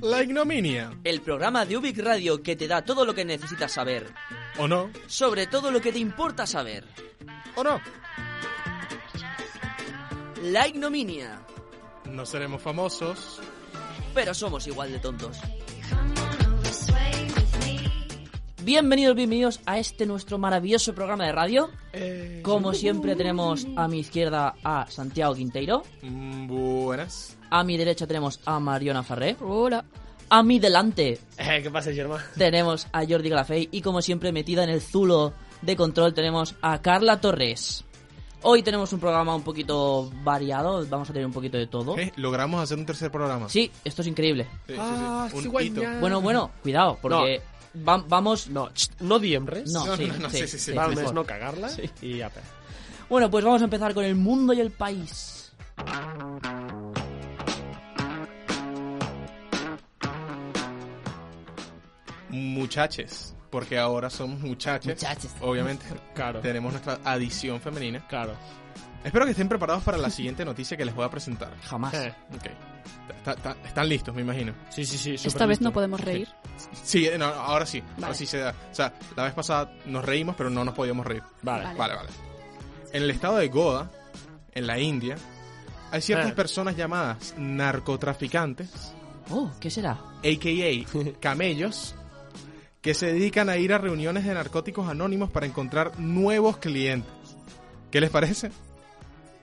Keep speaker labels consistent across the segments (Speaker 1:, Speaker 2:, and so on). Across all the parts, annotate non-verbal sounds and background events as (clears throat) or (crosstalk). Speaker 1: La ignominia.
Speaker 2: El programa de Ubic Radio que te da todo lo que necesitas saber,
Speaker 1: ¿O no?
Speaker 2: sobre todo lo que te importa saber.
Speaker 1: ¿O no?
Speaker 2: La ignominia.
Speaker 1: No seremos famosos.
Speaker 2: pero somos igual de tontos. Bienvenidos, bienvenidos a este nuestro maravilloso programa de radio.
Speaker 1: Eh,
Speaker 2: Como siempre tenemos a mi izquierda a Santiago Quinteiro,
Speaker 1: mm, Buenas.
Speaker 2: a mi derecha tenemos a Mariona Farré, a mi delante
Speaker 3: Eh, ¿Qué pasa, Germán?
Speaker 2: tenemos a Jordi Glafey y como siempre metida en el zulo de control tenemos a Carla Torres. Hoy tenemos un programa un poquito variado, vamos a tener un poquito de todo.
Speaker 1: Eh, Logramos hacer un tercer programa.
Speaker 2: Sí, esto es increíble.
Speaker 1: Sí, sí, sí.
Speaker 3: Ah, sí,
Speaker 1: Un
Speaker 3: guay,
Speaker 1: hito.
Speaker 3: ya.
Speaker 2: Bueno, bueno, cuidado, porque va- vamos...
Speaker 3: No, ch, no diembres.
Speaker 2: No,
Speaker 1: No,
Speaker 2: sí,
Speaker 1: no, no,
Speaker 2: sí,
Speaker 1: sí, sí, sí.
Speaker 2: sí,
Speaker 3: Vamos,
Speaker 2: mejor.
Speaker 3: no cagarla
Speaker 2: Sí.
Speaker 3: y ya. pe.
Speaker 2: Bueno, pues vamos a empezar con el mundo y el país.
Speaker 1: Muchaches. Porque ahora somos muchaches.
Speaker 2: Muchaches.
Speaker 1: Obviamente.
Speaker 3: Claro.
Speaker 1: Tenemos nuestra adición femenina.
Speaker 3: Claro.
Speaker 1: Espero que estén preparados para la siguiente noticia que les voy a presentar.
Speaker 2: Jamás.
Speaker 3: Eh,
Speaker 1: Ok. Está- está- están listos, me imagino.
Speaker 3: Sí, sí, sí.
Speaker 4: Esta vez no
Speaker 3: superlisto.
Speaker 4: podemos reír.
Speaker 1: Sí, eh, no, ahora sí. Ahora
Speaker 4: Vale.
Speaker 1: sí se da. O sea, la vez pasada nos reímos, pero no nos podíamos reír.
Speaker 3: Vale.
Speaker 4: Vale.
Speaker 1: Vale, vale. En el estado de Goa, en la India, hay ciertas
Speaker 3: Ah.
Speaker 1: personas llamadas narcotraficantes,
Speaker 2: Oh, ¿qué será?
Speaker 3: (laughs)
Speaker 1: a.k.a. camellos, que se dedican a ir a reuniones de narcóticos anónimos para encontrar nuevos clientes. ¿Qué les parece?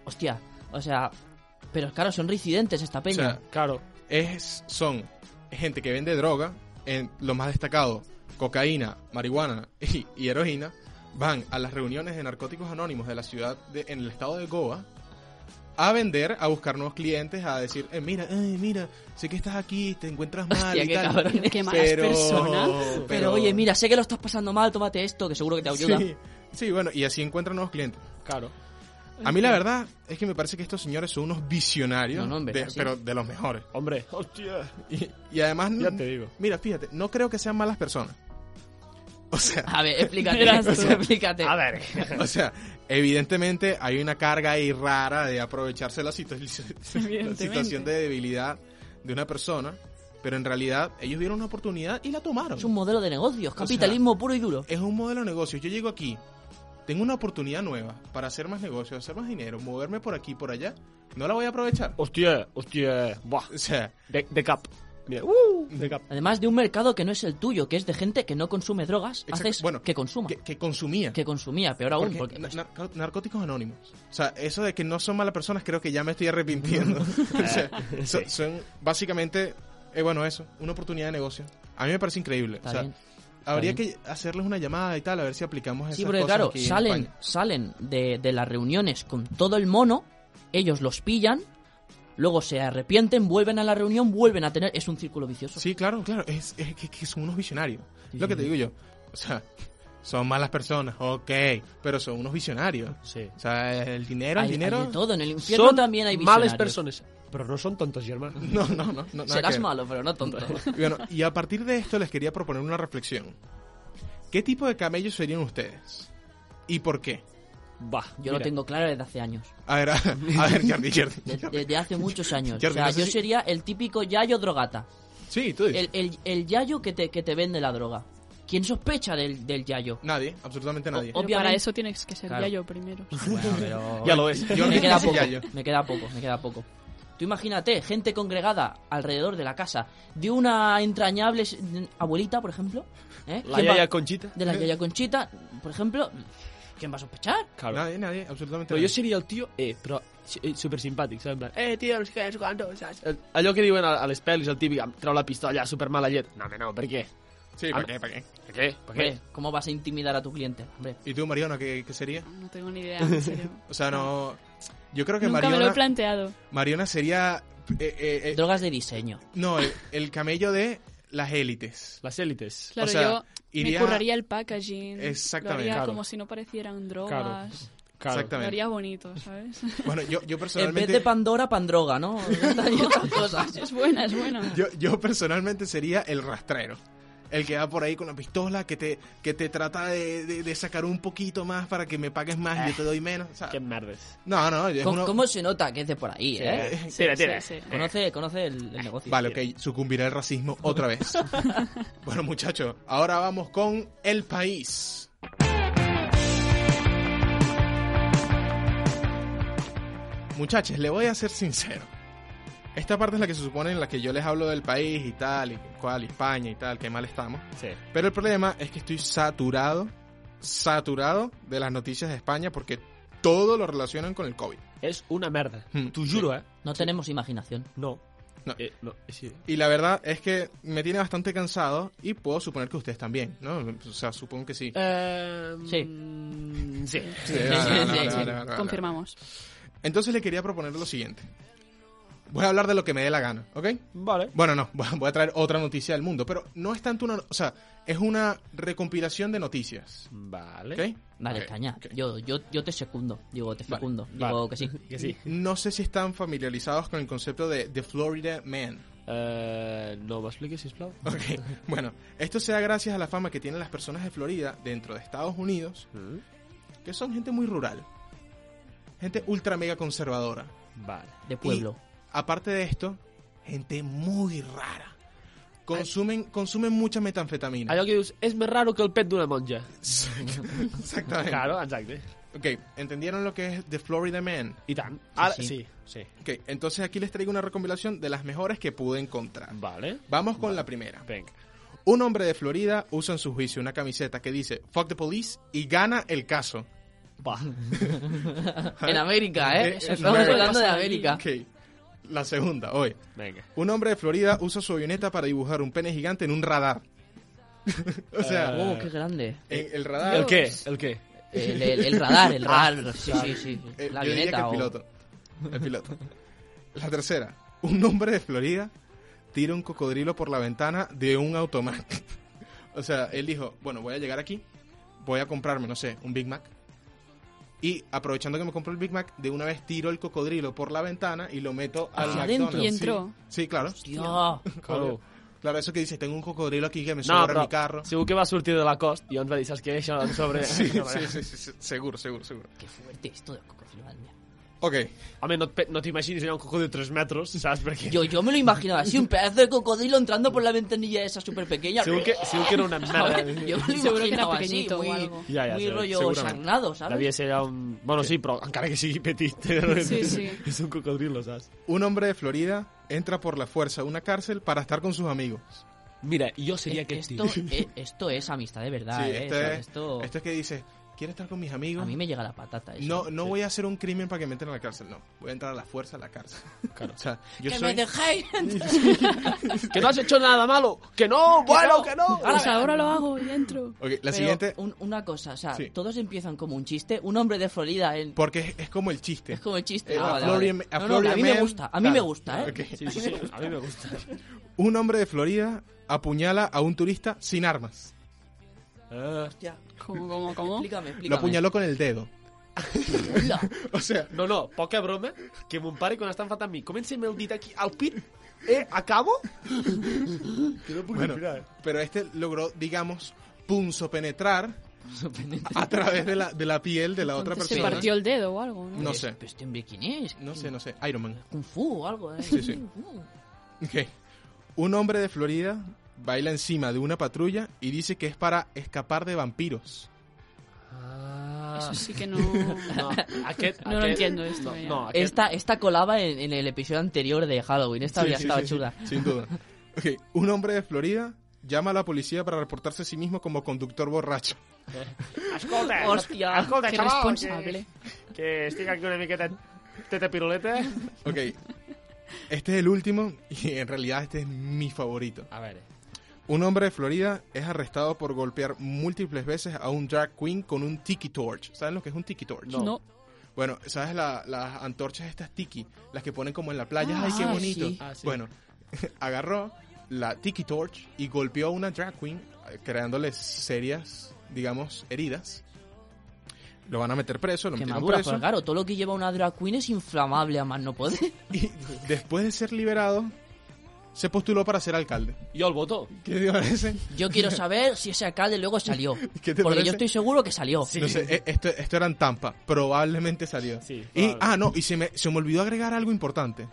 Speaker 2: Hostia, o sea... Pero claro, son residentes esta peña.
Speaker 1: O sea,
Speaker 3: Claro.
Speaker 1: Es, son gente que vende droga, en lo más destacado, cocaína, marihuana (laughs) y, y heroína, van a las reuniones de narcóticos anónimos de la ciudad, de- en el estado de Goa, a vender, a buscar nuevos clientes, a decir, eh, mira, eh, mira, sé que estás aquí, te encuentras mal
Speaker 2: Hostia,
Speaker 1: y
Speaker 2: qué
Speaker 1: tal.
Speaker 2: cabrones.
Speaker 4: Qué malas personas.
Speaker 1: pero,
Speaker 2: Pero oye, mira, sé que lo estás pasando mal, tómate esto, que seguro que te ayuda.
Speaker 1: Sí, sí, bueno, y así encuentran nuevos clientes.
Speaker 3: Claro.
Speaker 1: A mí la verdad es que me parece que estos señores son unos visionarios,
Speaker 2: No, no, hombre,
Speaker 1: de-
Speaker 2: sí.
Speaker 1: pero de los mejores.
Speaker 3: Hombre. Hostia.
Speaker 1: Y, y además,
Speaker 3: Ya te digo.
Speaker 1: mira, fíjate, no creo que sean malas personas. (laughs) O sea,
Speaker 2: A ver, explícate,
Speaker 4: Verás tú.
Speaker 2: (laughs) explícate.
Speaker 3: A ver.
Speaker 1: o sea, evidentemente hay una carga ahí rara de aprovecharse la, situ- (laughs) la
Speaker 4: Evidentemente.
Speaker 1: situación de debilidad de una persona, pero en realidad ellos vieron una oportunidad y la tomaron.
Speaker 2: Es un modelo de negocios, capitalismo puro y duro.
Speaker 1: Es un modelo de negocio. Yo llego aquí, tengo una oportunidad nueva para hacer más negocios, hacer más dinero, moverme por aquí, por allá. No la voy a aprovechar.
Speaker 3: (laughs) Hostia. Hostia. Buah.
Speaker 1: O sea,
Speaker 3: De, de cap. Mira. Uh, de cap.
Speaker 2: Además de un mercado que no es el tuyo, que es de gente que no consume drogas,
Speaker 1: Exacto,
Speaker 2: haces
Speaker 1: bueno,
Speaker 2: que consuma.
Speaker 1: que, que consumía.
Speaker 2: Que consumía, peor aún,
Speaker 1: Porque
Speaker 2: porque...
Speaker 1: na- narco- narcóticos anónimos. O sea, eso de que no son malas personas, creo que ya me estoy
Speaker 2: (laughs)
Speaker 1: arrepintiendo. O sea,
Speaker 2: Ah,
Speaker 1: so- son, básicamente, eh, bueno, eso, una oportunidad de negocio. A mí me parece increíble.
Speaker 2: Está
Speaker 1: o sea,
Speaker 2: bien,
Speaker 1: habría
Speaker 2: bien.
Speaker 1: que hacerles una llamada y tal, a ver si aplicamos esas
Speaker 2: Sí, porque
Speaker 1: cosas
Speaker 2: claro,
Speaker 1: aquí en
Speaker 2: salen,
Speaker 1: España.
Speaker 2: salen de, de las reuniones con todo el mono, ellos los pillan, luego se arrepienten, vuelven a la reunión, vuelven a tener... Es un círculo vicioso.
Speaker 1: Sí, claro, claro. Es, es que, que son unos visionarios.
Speaker 2: Sí,
Speaker 1: Lo que
Speaker 2: sí,
Speaker 1: te digo yo. O sea, son malas personas, ok, pero son unos visionarios.
Speaker 3: Sí.
Speaker 1: O sea, el dinero,
Speaker 2: Hay,
Speaker 1: el dinero...
Speaker 2: hay de todo, en el infierno también hay visionarios.
Speaker 3: malas personas. Pero no son tontos, Germán.
Speaker 1: (laughs) No, no, no. no nada que
Speaker 2: Serás
Speaker 1: ver. (laughs)
Speaker 2: malo, pero no tonto. (laughs)
Speaker 1: Y bueno, y a partir de esto les quería proponer una reflexión. ¿Qué tipo de camellos serían ustedes? ¿Y por qué?
Speaker 3: Va.
Speaker 2: Yo lo
Speaker 3: mira.
Speaker 2: tengo claro desde hace años.
Speaker 1: A ver, a, a ver, Jordi, Jordi.
Speaker 2: Desde,
Speaker 1: (laughs)
Speaker 2: desde hace muchos años.
Speaker 1: Jordi,
Speaker 2: o sea,
Speaker 1: no sé
Speaker 2: yo
Speaker 1: si-
Speaker 2: sería el típico yayo drogata.
Speaker 1: Sí, tú dices.
Speaker 2: El, el, el yayo que te, que te vende la droga. ¿Quién sospecha del, del yayo?
Speaker 1: Nadie, absolutamente nadie.
Speaker 2: O-
Speaker 4: Pero
Speaker 2: Obviamente.
Speaker 4: para eso tienes que ser
Speaker 2: Claro.
Speaker 4: yo primero.
Speaker 2: Bueno, pero-
Speaker 3: Ya lo es.
Speaker 1: Jordi,
Speaker 2: me queda
Speaker 1: ese
Speaker 2: poco,
Speaker 1: yayo.
Speaker 2: me queda poco, me queda poco. Tú imagínate, gente congregada alrededor de la casa de una entrañable s- abuelita, por ejemplo. ¿eh?
Speaker 3: La
Speaker 2: ¿Quién va-
Speaker 3: yaya Conchita.
Speaker 2: De la Yaya Conchita, por ejemplo. ¿Quién va a sospechar?
Speaker 3: Claro.
Speaker 1: Nadie, nadie, absolutamente
Speaker 3: Però
Speaker 1: nadie.
Speaker 3: jo seria el tio, eh, però super simpàtic, saps? En plan, eh, tio, no sé què, no sé quanto, saps? El- Allò que diuen a a les pel·lis, el típic, em treu la pistola, super mala llet. No, home, no, per què?
Speaker 1: Sí, ¿para qué? Ah, ¿Para qué?
Speaker 3: Per què? Per què?
Speaker 2: Hombre, ¿cómo vas a intimidar a tu cliente? Hombre,
Speaker 1: ¿Y tú, Mariona, qué, qué sería?
Speaker 4: No tengo ni idea, en serio.
Speaker 1: O sea, no... Yo creo que
Speaker 4: Nunca me lo he
Speaker 1: Mariona,
Speaker 4: planteado.
Speaker 1: Mariona sería eh, eh, eh,
Speaker 2: Drogas de diseño.
Speaker 1: no, el, el camello de las élites.
Speaker 3: Las élites.
Speaker 4: Claro,
Speaker 1: o sea,
Speaker 4: yo
Speaker 1: iría-
Speaker 4: me curraría el packaging.
Speaker 1: Exactamente.
Speaker 4: Lo haría
Speaker 3: Claro.
Speaker 4: como si no parecieran drogas.
Speaker 3: Claro.
Speaker 1: Exactamente.
Speaker 4: Lo haría bonito, ¿sabes? (laughs)
Speaker 1: Bueno, yo, yo
Speaker 2: En vez
Speaker 1: personalmente...
Speaker 2: de Pandora, Pandroga, ¿no? (laughs) Y otras cosas.
Speaker 4: es buena, es buena.
Speaker 1: Yo, yo personalmente sería el rastrero. El que va por ahí con la pistola, que te, que te trata de, de- de sacar un poquito más para que me pagues más y yo te doy menos. o sea,
Speaker 3: Qué merdes.
Speaker 1: no, no, es
Speaker 2: ¿Cómo,
Speaker 1: uno-
Speaker 2: cómo se nota que es de por ahí, eh?
Speaker 1: Eh,
Speaker 3: Tira,
Speaker 4: Sí,
Speaker 3: tira.
Speaker 4: sí, sí.
Speaker 2: Conoce, conoce el, el negocio.
Speaker 1: Vale, ok, sucumbirá el racismo otra
Speaker 2: (laughs)
Speaker 1: vez. bueno, muchachos, ahora vamos con el país. Muchachos, le voy a ser sincero. Esta parte es la que se supone en la que yo les hablo del país y tal, y cual, y España y tal, que mal estamos.
Speaker 3: Sí.
Speaker 1: Pero el problema es que estoy saturado, saturado de las noticias de España porque todo lo relacionan con el COVID.
Speaker 3: Es una merda.
Speaker 1: Hmm.
Speaker 3: Tú juro, ¿eh?
Speaker 2: No tenemos imaginación.
Speaker 3: No.
Speaker 1: No.
Speaker 3: Eh, no. Sí.
Speaker 1: Y la verdad es que me tiene bastante cansado y puedo suponer que ustedes también, ¿no? O sea, supongo que sí.
Speaker 2: Sí.
Speaker 3: sí. Eh, Sí.
Speaker 1: Sí, vale,
Speaker 2: sí,
Speaker 1: vale,
Speaker 2: sí,
Speaker 1: vale,
Speaker 2: sí.
Speaker 1: vale, vale, vale.
Speaker 4: Confirmamos.
Speaker 1: Entonces le quería proponer lo siguiente. Voy a hablar de lo que me dé la gana, ¿ok?
Speaker 3: Vale.
Speaker 1: Bueno, no, (laughs) voy a- voy a traer otra noticia del mundo, pero no es tanto una... O sea, es una recompilación de noticias,
Speaker 3: Vale.
Speaker 1: ¿ok?
Speaker 2: Vale,
Speaker 1: Ok,
Speaker 2: caña.
Speaker 1: ok.
Speaker 2: Yo, yo, yo te secundo. Digo, te
Speaker 1: Vale,
Speaker 2: fecundo.
Speaker 3: vale.
Speaker 2: Digo que sí.
Speaker 3: Que sí.
Speaker 1: No sé si están familiarizados con el concepto de The Florida Man.
Speaker 3: Eh, no m'ho expliquis, sisplau?
Speaker 1: Ok, (laughs) bueno, esto se da gracias a la fama que tienen las personas de Florida dentro de Estados Unidos,
Speaker 3: Mm.
Speaker 1: que son gente muy rural, gente ultra mega conservadora.
Speaker 3: Vale.
Speaker 2: De pueblo.
Speaker 1: Aparte de esto, gente muy rara. Consumen, consumen mucha metanfetamina.
Speaker 3: Allò que dius, és més raro que el pet d'una monja.
Speaker 1: (laughs) Exactamente.
Speaker 3: Claro, exacte.
Speaker 1: Ok, ¿entendieron lo que es The Florida Man?
Speaker 3: I tant. Ara,
Speaker 2: sí.
Speaker 3: sí. sí.
Speaker 1: Ok, entonces aquí les traigo una recopilación de las mejores que pude encontrar.
Speaker 3: Vale.
Speaker 1: Vamos con la primera.
Speaker 3: Venga.
Speaker 1: Un hombre de Florida usa en su juicio una camiseta que dice Fuck the police y gana el caso.
Speaker 3: Va.
Speaker 2: (laughs) En América,
Speaker 1: Eh,
Speaker 2: ¿eh?
Speaker 1: es
Speaker 2: Estamos
Speaker 1: América.
Speaker 2: hablando de América.
Speaker 1: Ok, la segunda, hoy.
Speaker 3: Venga.
Speaker 1: Un hombre de Florida usa su avioneta para dibujar un pene gigante en un radar. (laughs) o sea,
Speaker 2: Oh, qué grande.
Speaker 1: en el radar.
Speaker 3: El què? El què?
Speaker 2: El, el- el radar, el radar. Sí, sí, sí.
Speaker 1: Eh,
Speaker 2: La
Speaker 1: yo diría que
Speaker 2: avioneta.
Speaker 1: el
Speaker 2: o- (laughs)
Speaker 1: piloto. El piloto. La tercera. Un hombre de Florida tira un cocodrilo por la ventana de un automac. (laughs) O sea, él dijo, bueno, voy a llegar aquí, voy a comprarme, no sé, un Big Mac. Y aprovechando que me compro el Big Mac, de una vez tiro el cocodrilo por la ventana y lo meto al
Speaker 2: Hacia
Speaker 1: McDonald's.
Speaker 2: adentro.
Speaker 4: Y entró.
Speaker 1: Sí, sí, claro.
Speaker 2: Tío.
Speaker 3: Claro.
Speaker 1: Claro, eso que dices, tengo un cocodrilo aquí que me sobra en mi carro.
Speaker 3: segur que va sortir de la cost i ens va dir, saps què? Això em
Speaker 1: (laughs)
Speaker 3: sobre...
Speaker 1: Sí, sí, sí, sí, sí, seguro, seguro, seguro.
Speaker 2: Qué fuerte esto de cocodrilo, madre mía.
Speaker 1: Ok,
Speaker 3: Home, no, et pe- no t'imagines allà un coco de 3 metres, saps? Perquè
Speaker 2: Yo, yo me lo imaginaba así, un pedazo de cocodrilo entrando por la ventanilla esa súper pequeña.
Speaker 3: segur
Speaker 2: (laughs)
Speaker 3: que, segur que era una merda.
Speaker 2: Yo me lo
Speaker 4: Seguro que era
Speaker 2: imaginaba así,
Speaker 4: pequeñito o
Speaker 2: muy,
Speaker 4: algo.
Speaker 3: Ya, ya,
Speaker 2: muy
Speaker 3: se-
Speaker 2: rollo
Speaker 1: seguramente.
Speaker 2: sarnado, ¿sabes?
Speaker 3: Devia ser allà un... Bueno, sí, però encara que sigui petit. eh,
Speaker 4: Sí, sí.
Speaker 3: És un cocodrilo, saps?
Speaker 1: un hombre de Florida entra por la fuerza a una cárcel para estar con sus amigos.
Speaker 3: Mira, jo
Speaker 2: Eh,
Speaker 3: seria aquest
Speaker 2: esto,
Speaker 3: tio.
Speaker 2: eh, esto es amistad de verdad,
Speaker 1: Sí,
Speaker 2: eh.
Speaker 1: este
Speaker 2: O sea,
Speaker 1: es-
Speaker 2: esto,
Speaker 1: Esto es que dice, quiero estar con mis amigos.
Speaker 2: a mí me llega la patata. Eso.
Speaker 1: no, no voy a hacer un crimen para que me entren a la cárcel, no. Voy a entrar a la fuerza a la (laughs) cárcel. O sea, yo
Speaker 2: que
Speaker 1: soy...
Speaker 2: me dejáis.
Speaker 3: Que no has hecho nada malo. Que no, Ah, bueno, que no.
Speaker 4: Pues ahora lo hago y entro.
Speaker 1: Ok, la siguiente,
Speaker 2: una cosa, o sea,
Speaker 1: Sí.
Speaker 2: todos empiezan como un chiste. Un hombre de Florida en-
Speaker 1: porque es, es como el chiste.
Speaker 2: es como el chiste.
Speaker 1: Eh,
Speaker 2: Ah,
Speaker 1: a
Speaker 2: vale, vale.
Speaker 1: Florian- a
Speaker 2: No, no, que a mí
Speaker 1: Florian
Speaker 2: me gusta, a mí
Speaker 1: Man-
Speaker 2: me gusta, eh.
Speaker 1: Ok.
Speaker 3: Sí, sí, sí. A mi me gusta.
Speaker 1: Un hombre de Florida apuñala a un turista sin armas.
Speaker 3: Eh,
Speaker 2: Hostia,
Speaker 4: ¿Cómo, cómo, cómo?
Speaker 2: explícame, explícame.
Speaker 1: Lo apuñaló con el dedo.
Speaker 2: Hola.
Speaker 1: O sea,
Speaker 3: no, no, poca broma, que mon pare quan està enfat amb mi comença amb el dit aquí al pit, eh, acabo? Que no puc
Speaker 1: bueno, pero este logró, digamos, punzo penetrar a través de la, de la piel de la otra
Speaker 4: Entonces se
Speaker 1: persona.
Speaker 4: partió el dedo o algo, ¿no?
Speaker 1: No
Speaker 2: Eh,
Speaker 1: sé.
Speaker 2: pero este hombre quién es?
Speaker 1: No sé, no sé. Iron Man.
Speaker 2: Kung Fu o algo, eh.
Speaker 1: Sí, sí.
Speaker 2: Kung Fu.
Speaker 1: Ok. Un hombre de Florida baila encima de una patrulla y dice que es para escapar de vampiros.
Speaker 3: Ah,
Speaker 4: Eso sí que no...
Speaker 3: no, Ah, aquest,
Speaker 4: No lo
Speaker 3: aquest-
Speaker 4: entiendo esto,
Speaker 3: No,
Speaker 4: ya.
Speaker 3: no, aquest,
Speaker 2: Esta, esta colaba en, en el episodio anterior de Halloween. Esta
Speaker 1: Sí,
Speaker 2: había
Speaker 1: sí,
Speaker 2: estado
Speaker 1: sí, sí,
Speaker 2: chula.
Speaker 1: sin duda. Ok. Un hombre de Florida llama a la policía para reportarse a sí mismo como conductor borracho.
Speaker 3: Escolta,
Speaker 2: Hòstia,
Speaker 3: escolta,
Speaker 4: qué
Speaker 3: xaval,
Speaker 4: responsable.
Speaker 3: Ah, Que, que estic aquí una miqueta teta piruleta.
Speaker 1: Ok. Este es el último y en realidad este es mi favorito.
Speaker 3: A
Speaker 2: eh.
Speaker 3: veure.
Speaker 1: Un hombre de Florida es arrestado por golpear múltiples veces a un drag queen con un tiki torch. ¿Saben lo que es un tiki torch?
Speaker 4: No.
Speaker 1: Bueno, ¿sabes la- las antorchas estas tiki? Las que ponen como en la playa.
Speaker 2: Ah,
Speaker 1: ¡Ay, qué
Speaker 2: ah,
Speaker 1: bonito!
Speaker 2: sí.
Speaker 3: Ah, sí.
Speaker 1: Bueno, (laughs) agarró la tiki torch y golpeó a una drag queen, eh, creándole serias, digamos, heridas. Lo van a meter preso, lo
Speaker 2: Que
Speaker 1: metieron
Speaker 2: madura,
Speaker 1: preso.
Speaker 2: pero claro, todo lo que lleva una drag queen es inflamable a más no poder.
Speaker 1: Y después de ser liberado, se postuló para ser alcalde.
Speaker 3: Jo el voto.
Speaker 1: ¿Qué te parece?
Speaker 2: Yo quiero saber si ese alcalde luego salió.
Speaker 1: (laughs) ¿Qué
Speaker 2: Porque
Speaker 1: te parece?
Speaker 2: yo estoy seguro que salió.
Speaker 1: No sé, e- esto, esto era en Tampa. Probablemente salió.
Speaker 3: Sí,
Speaker 1: y,
Speaker 3: probable.
Speaker 1: ah, no, y se me, se me olvidó agregar algo importante.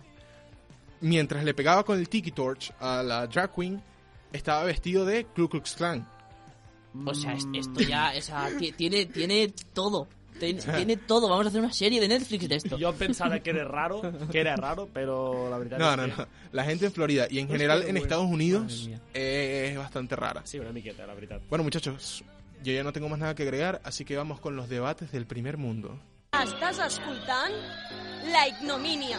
Speaker 1: Mientras le pegaba con el Tiki Torch a la drag queen, estaba vestido de Ku Klux Klan.
Speaker 2: O sea, es- esto
Speaker 1: Mm.
Speaker 2: ya, o sea, ti- tiene, tiene todo.
Speaker 1: (laughs)
Speaker 2: Ten- Tiene todo. Vamos a hacer una serie de Netflix de esto.
Speaker 3: Jo pensava que era raro, que era raro, però la veritat
Speaker 1: No,
Speaker 3: és
Speaker 1: no,
Speaker 3: que...
Speaker 1: no. La gente en Florida y en general en
Speaker 3: bueno,
Speaker 1: Estados Unidos
Speaker 3: madre mía.
Speaker 1: eh, es bastante rara.
Speaker 3: Sí, una miqueta, la veritat.
Speaker 1: Bueno, muchachos, yo ya no tengo más nada que agregar, así que vamos con los debates del primer mundo.
Speaker 5: Estàs escoltant La Ignomínia.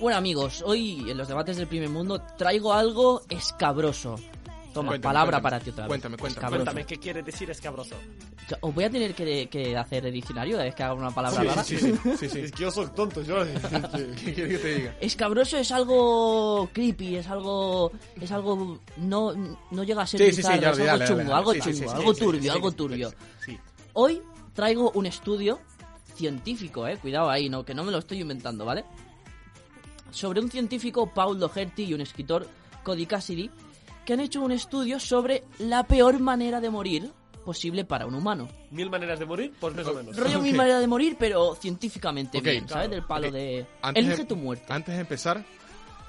Speaker 2: Bueno, amigos, hoy en los debates del primer mundo traigo algo escabroso. Toma,
Speaker 1: Cuéntame,
Speaker 2: palabra
Speaker 1: cuéntame.
Speaker 2: para ti otra vez.
Speaker 1: Cuéntame, cuéntame.
Speaker 2: Escabroso.
Speaker 3: Cuéntame, ¿qué quiere decir escabroso?
Speaker 2: Yo- Os voy a tener que, que hacer de diccionario cada vez que haga una palabra rara.
Speaker 1: Sí, sí, sí, sí.
Speaker 3: que yo soy
Speaker 1: (laughs)
Speaker 3: tonto, yo...
Speaker 1: ¿Qué quieres que te diga?
Speaker 2: Escabroso es algo creepy, es algo. Es algo. No, no llega a ser
Speaker 1: Sí, sí, sí,
Speaker 2: bizarro,
Speaker 1: ya,
Speaker 2: es
Speaker 1: dale,
Speaker 2: algo
Speaker 1: dale,
Speaker 2: chungo,
Speaker 1: dale.
Speaker 2: algo
Speaker 1: Sí, sí,
Speaker 2: chungo,
Speaker 1: sí, sí,
Speaker 2: algo
Speaker 1: sí, sí,
Speaker 2: turbio,
Speaker 1: sí,
Speaker 2: algo
Speaker 1: sí,
Speaker 2: turbio.
Speaker 3: Sí.
Speaker 2: Hoy traigo un estudio científico, eh, cuidado ahí, no, que no me lo estoy inventando, ¿vale? Sobre un científico, Paul Doherty, y un escritor, Cody Cassidy, que han hecho un estudio sobre la peor manera de morir posible para un humano.
Speaker 3: Mil maneras de morir, pues más o menos.
Speaker 2: Rollo mi
Speaker 1: Ok.
Speaker 2: manera de morir, pero científicamente
Speaker 1: Ok,
Speaker 2: bien, ¿sabes?
Speaker 3: claro.
Speaker 2: Del palo
Speaker 1: Ok.
Speaker 2: de...
Speaker 1: Antes de-
Speaker 2: Elige tu muerte.
Speaker 1: Antes de empezar,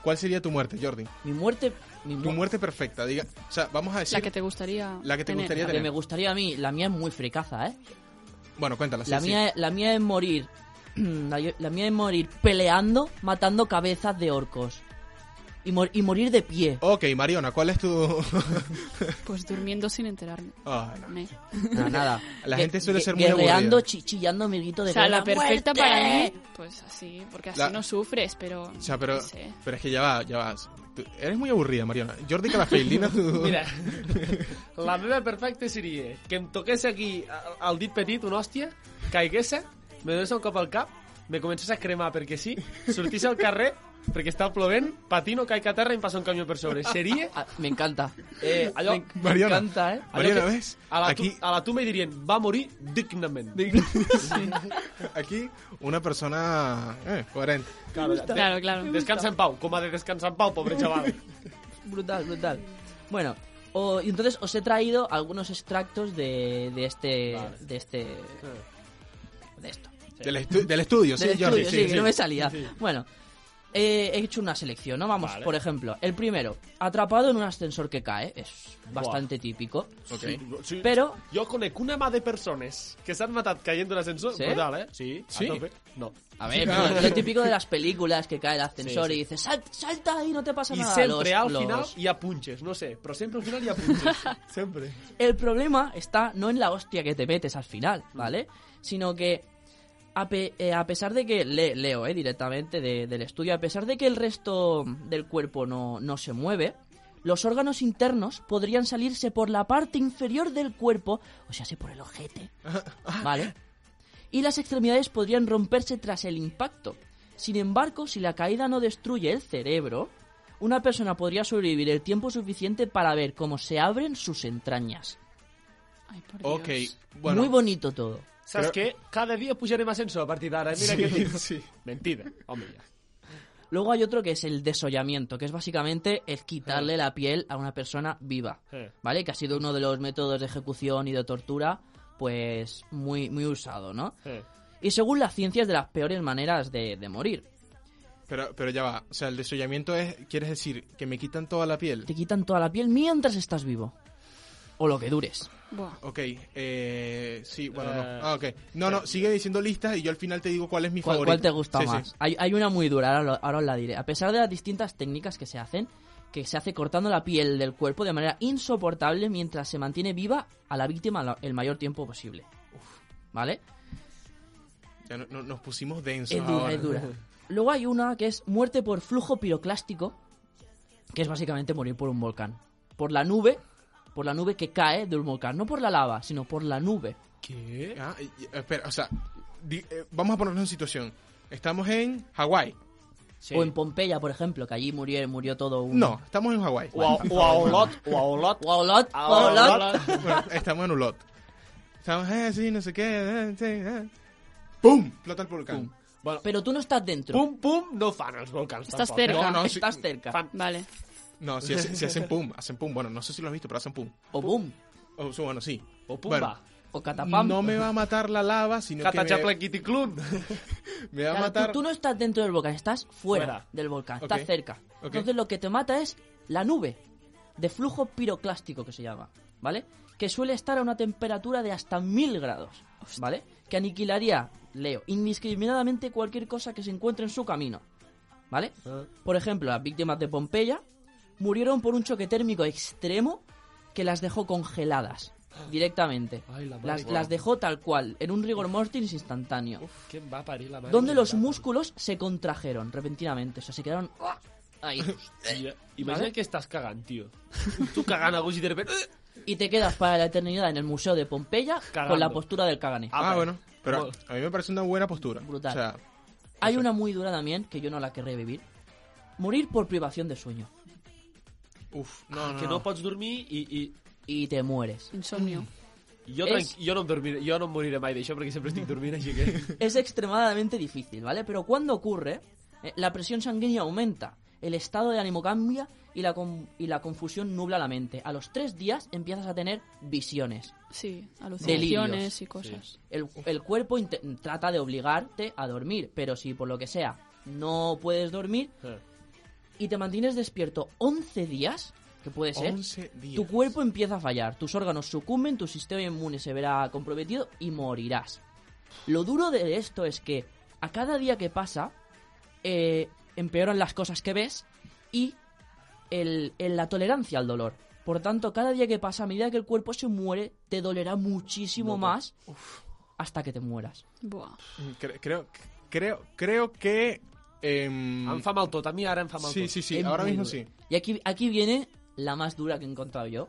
Speaker 1: ¿cuál sería tu muerte, Jordi?
Speaker 2: Mi muerte... Mi
Speaker 1: Tu
Speaker 2: muerte.
Speaker 1: muerte perfecta, diga. O sea, vamos a decir.
Speaker 4: La que te gustaría.
Speaker 1: La que te
Speaker 4: tener.
Speaker 1: gustaría
Speaker 2: La
Speaker 1: tener.
Speaker 2: que me gustaría a mí, la mía es muy frecaza, ¿eh?
Speaker 1: Bueno, cuéntala. sí,
Speaker 2: La
Speaker 1: sí.
Speaker 2: mía, la mía es morir. (clears throat) La, yo- la mía es morir peleando, matando cabezas de orcos. Y, mor- y morir
Speaker 1: (laughs)
Speaker 2: de pie.
Speaker 1: Ok, Mariona, ¿cuál es tu. (laughs)
Speaker 4: Pues durmiendo sin enterarme.
Speaker 1: Ah, no.
Speaker 4: Me-
Speaker 2: Nada, nada.
Speaker 1: La
Speaker 2: Gue-
Speaker 1: gente suele ser
Speaker 2: gue-
Speaker 1: muy
Speaker 2: Guerreando,
Speaker 1: aburrida.
Speaker 2: chi- chillando, amiguito de
Speaker 4: O sea,
Speaker 2: guerra,
Speaker 4: la perfecta
Speaker 2: ¡Muerte!
Speaker 4: para mí. Pues así, porque así
Speaker 1: La-
Speaker 4: no sufres, pero.
Speaker 1: O sea, pero,
Speaker 4: no sé.
Speaker 1: pero es que ya va, ya vas. Eres muy aburrida, Mariona. Jordi Calafell, dinos
Speaker 2: (laughs)
Speaker 1: tu-
Speaker 3: Mira, la meva perfecta seria que em toqués aquí a- al dit petit una hòstia, caigués, me donés un cop al cap, me començés a cremar perquè sí, sortís al carrer perquè està plovent, patino, caic a terra i em passa un camió per sobre. Seria
Speaker 2: Ah, me encanta.
Speaker 3: eh, allò...
Speaker 1: (laughs) Mariona.
Speaker 2: encanta, ¿eh?
Speaker 3: allò
Speaker 1: Mariona,
Speaker 3: que-
Speaker 1: ¿ves?
Speaker 3: A la,
Speaker 1: Aquí-
Speaker 3: tu, a la tumba hi dirien, va morir dignament.
Speaker 1: Aquí, una persona. Eh, coherente.
Speaker 3: Claro, de-
Speaker 4: Claro, claro.
Speaker 3: Descansa en pau, com a de descansa en pau, pobre xaval.
Speaker 2: Brutal, brutal. Bueno, o- y entonces os he traído algunos extractos de, de este...
Speaker 3: Vale.
Speaker 2: De este... De esto.
Speaker 1: Del, estu- del estudio, sí,
Speaker 2: del
Speaker 1: Jordi.
Speaker 2: estudio,
Speaker 1: sí,
Speaker 2: sí,
Speaker 1: sí.
Speaker 2: que no me salía. Bueno, eh, he hecho una selección, ¿no? Vamos,
Speaker 3: Vale.
Speaker 2: por ejemplo, el primero, atrapado en un ascensor que cae, es bastante típico.
Speaker 1: Ok.
Speaker 3: Sí.
Speaker 2: Pero-
Speaker 3: Jo conec una mà de persones que s'han matat caient d'un ascensor.
Speaker 2: Sí?
Speaker 3: Brutal, eh? Sí. a
Speaker 1: Sí.
Speaker 3: tope. No.
Speaker 2: A ver, pero lo típico de las películas que cae el ascensor y dices, "Sal- salta ahí, no te pasa
Speaker 3: I
Speaker 2: nada.
Speaker 3: sempre
Speaker 2: Los-
Speaker 3: al final
Speaker 2: los-
Speaker 3: hi ha punxes, no sé, però sempre al final hi ha punxes.
Speaker 1: (laughs)
Speaker 3: sempre.
Speaker 2: El problema está no en la hostia que te metes al final, ¿vale? Sino que a, pe- eh, a pesar de que, le- leo eh, directamente de- del estudio, a pesar de que el resto del cuerpo no, no se mueve, los órganos internos podrían salirse por la parte inferior del cuerpo, o sea, se por el ojete, ¿vale? Y las extremidades podrían romperse tras el impacto. Sin embargo, si la caída no destruye el cerebro, una persona podría sobrevivir el tiempo suficiente para ver cómo se abren sus entrañas.
Speaker 4: Ay, por Dios.
Speaker 1: Ok, bueno.
Speaker 2: Muy bonito todo.
Speaker 3: Saps
Speaker 1: Però-
Speaker 3: què? Cada dia pujarem ascensor a partir d'ara. eh? Mira
Speaker 1: Sí,
Speaker 3: què dic.
Speaker 1: sí.
Speaker 3: Mentida. Home, ja.
Speaker 2: Luego hay otro que es el desollamiento, que es básicamente el quitarle la piel a una persona viva,
Speaker 3: Eh.
Speaker 2: ¿vale? Que ha sido uno de los métodos de ejecución y de tortura, pues muy, muy usado, ¿no?
Speaker 3: Eh.
Speaker 2: Y según las ciencias de las peores maneras de, de morir.
Speaker 1: Pero, pero ya va. O sea, el desollamiento es. ¿Quieres decir que me quitan toda la piel?
Speaker 2: Te quitan toda la piel mientras estás vivo. O lo que dures.
Speaker 4: Buah.
Speaker 1: Ok, eh, sí, bueno, no.
Speaker 3: Eh,
Speaker 1: Ah, ok. No, no, sigue diciendo listas y yo al final te digo cuál es mi
Speaker 2: ¿Cuál,
Speaker 1: favorito.
Speaker 2: cuál te gusta
Speaker 1: Sí, sí.
Speaker 2: más? Hay, hay una muy dura, ahora, lo- ahora os la diré. A pesar de las distintas técnicas que se hacen, que se hace cortando la piel del cuerpo de manera insoportable mientras se mantiene viva a la víctima lo- el mayor tiempo posible. ¿Vale?
Speaker 1: Ya no- no- nos pusimos densos.
Speaker 2: Es dura,
Speaker 1: ahora.
Speaker 2: es dura. Luego hay una que es muerte por flujo piroclástico, que es básicamente morir por un volcán. Por la nube, por la nube que cae de un volcán. No por la lava, sino por la nube.
Speaker 3: ¿Qué?
Speaker 1: Ah, y- y- espera, o sea, di- eh, vamos a ponernos en situación. Estamos en Hawái.
Speaker 3: Sí.
Speaker 2: O en Pompeya, por ejemplo, que allí murió, murió todo un...
Speaker 1: No, estamos en Hawái.
Speaker 3: O a, o a Olot, o a Olot.
Speaker 2: O a Olot,
Speaker 3: A
Speaker 2: o a Olot.
Speaker 1: Bueno, estamos en Ulot. Estamos eh, sí, no sé qué. eh, sí, eh. ¡Pum! Plota el volcán.
Speaker 3: Bueno,
Speaker 2: Pero tú no estás dentro.
Speaker 3: pum, pum, no fan els volcans.
Speaker 4: Estàs
Speaker 3: tampoc,
Speaker 4: cerca.
Speaker 1: No,
Speaker 3: eh?
Speaker 1: no, sí.
Speaker 2: estás cerca.
Speaker 3: Fan.
Speaker 4: Vale.
Speaker 1: No, si, hacen- si hacen pum, hacen pum. Bueno, no sé si lo has visto, pero hacen pum.
Speaker 2: O boom.
Speaker 1: O, sí, bueno, sí.
Speaker 3: O
Speaker 1: Bueno,
Speaker 3: pumba.
Speaker 2: O catapam.
Speaker 1: No me va a matar la lava, sino que
Speaker 3: Catachapla
Speaker 1: me,
Speaker 3: Kiticlun.
Speaker 1: me va a
Speaker 2: Claro, tú-
Speaker 1: matar...
Speaker 2: tú, no estás dentro del volcán, estás fuera,
Speaker 3: Fuera.
Speaker 2: del volcán,
Speaker 1: Ok.
Speaker 2: estás cerca.
Speaker 1: Ok.
Speaker 2: Entonces lo que te mata es la nube de flujo piroclástico que se llama, ¿vale? Que suele estar a una temperatura de hasta 1000 grados, ¿vale? Que aniquilaría, leo, indiscriminadamente cualquier cosa que se encuentre en su camino, ¿vale?
Speaker 1: Ah.
Speaker 2: Por ejemplo, las víctimas de Pompeya murieron por un choque térmico extremo que las dejó congeladas directamente.
Speaker 3: Ay, la madre
Speaker 2: las,
Speaker 3: que-
Speaker 2: las dejó tal cual, en un rigor mortis instantáneo
Speaker 3: Uf, ¿quién va a parir la Eh, madre?
Speaker 2: donde
Speaker 3: que
Speaker 2: los
Speaker 3: la parió?
Speaker 2: músculos se contrajeron repentinamente. O sea, se quedaron ¡ah! ahí.
Speaker 3: Hòstia, Imagina que estás cagant, tío. Tú cagant a gust y de "Eh, repente...
Speaker 2: Y te quedas para la eternidad en el Museo de Pompeya
Speaker 3: Cagando.
Speaker 2: con la postura del cagané.
Speaker 1: Ah,
Speaker 3: vale.
Speaker 1: bueno. Pero
Speaker 3: Bueno.
Speaker 1: a mí me parece una buena postura.
Speaker 2: Brutal.
Speaker 1: O sea,
Speaker 2: Hay una muy dura también, que yo no la querré vivir. Morir por privación de sueño.
Speaker 1: uff, no, no,
Speaker 3: Que
Speaker 1: no.
Speaker 3: no pots dormir i... i
Speaker 2: Y te mueres.
Speaker 4: Insomnio.
Speaker 3: jo,
Speaker 2: És-
Speaker 3: tranqui- jo, no em dormiré, jo no em moriré mai d'això perquè sempre estic dormint, així que...
Speaker 2: (laughs) Es extremadamente difícil, ¿vale? Pero cuando ocurre, eh, la presión sanguínea aumenta, el estado de ánimo cambia y la, con- y la confusión nubla la mente. A los tres días empiezas a tener visiones.
Speaker 4: Sí, alucinaciones y cosas.
Speaker 2: El, el cuerpo inte- trata de obligarte a dormir, pero si por lo que sea no puedes dormir
Speaker 3: Eh.
Speaker 2: y te mantienes despierto 11 días, que puede ser,
Speaker 1: 11 días.
Speaker 2: ¿eh? tu cuerpo empieza a fallar, tus órganos sucumben, tu sistema inmune se verá comprometido y morirás. Lo duro de esto es que a cada día que pasa eh, empeoran las cosas que ves y el, el- la tolerancia al dolor. Por tanto, cada día que pasa, a medida que el cuerpo se muere, te dolerá muchísimo más hasta que te mueras.
Speaker 4: Buah.
Speaker 1: Mm, Cre- creo, creo, creo que... em,
Speaker 3: Em fa mal tot, a mi ara em fa mal
Speaker 1: sí,
Speaker 3: tot.
Speaker 1: sí, sí,
Speaker 2: Es
Speaker 1: ahora
Speaker 2: muy
Speaker 1: mismo
Speaker 2: duro.
Speaker 1: sí.
Speaker 2: Y aquí, aquí viene la más dura que he encontrado yo.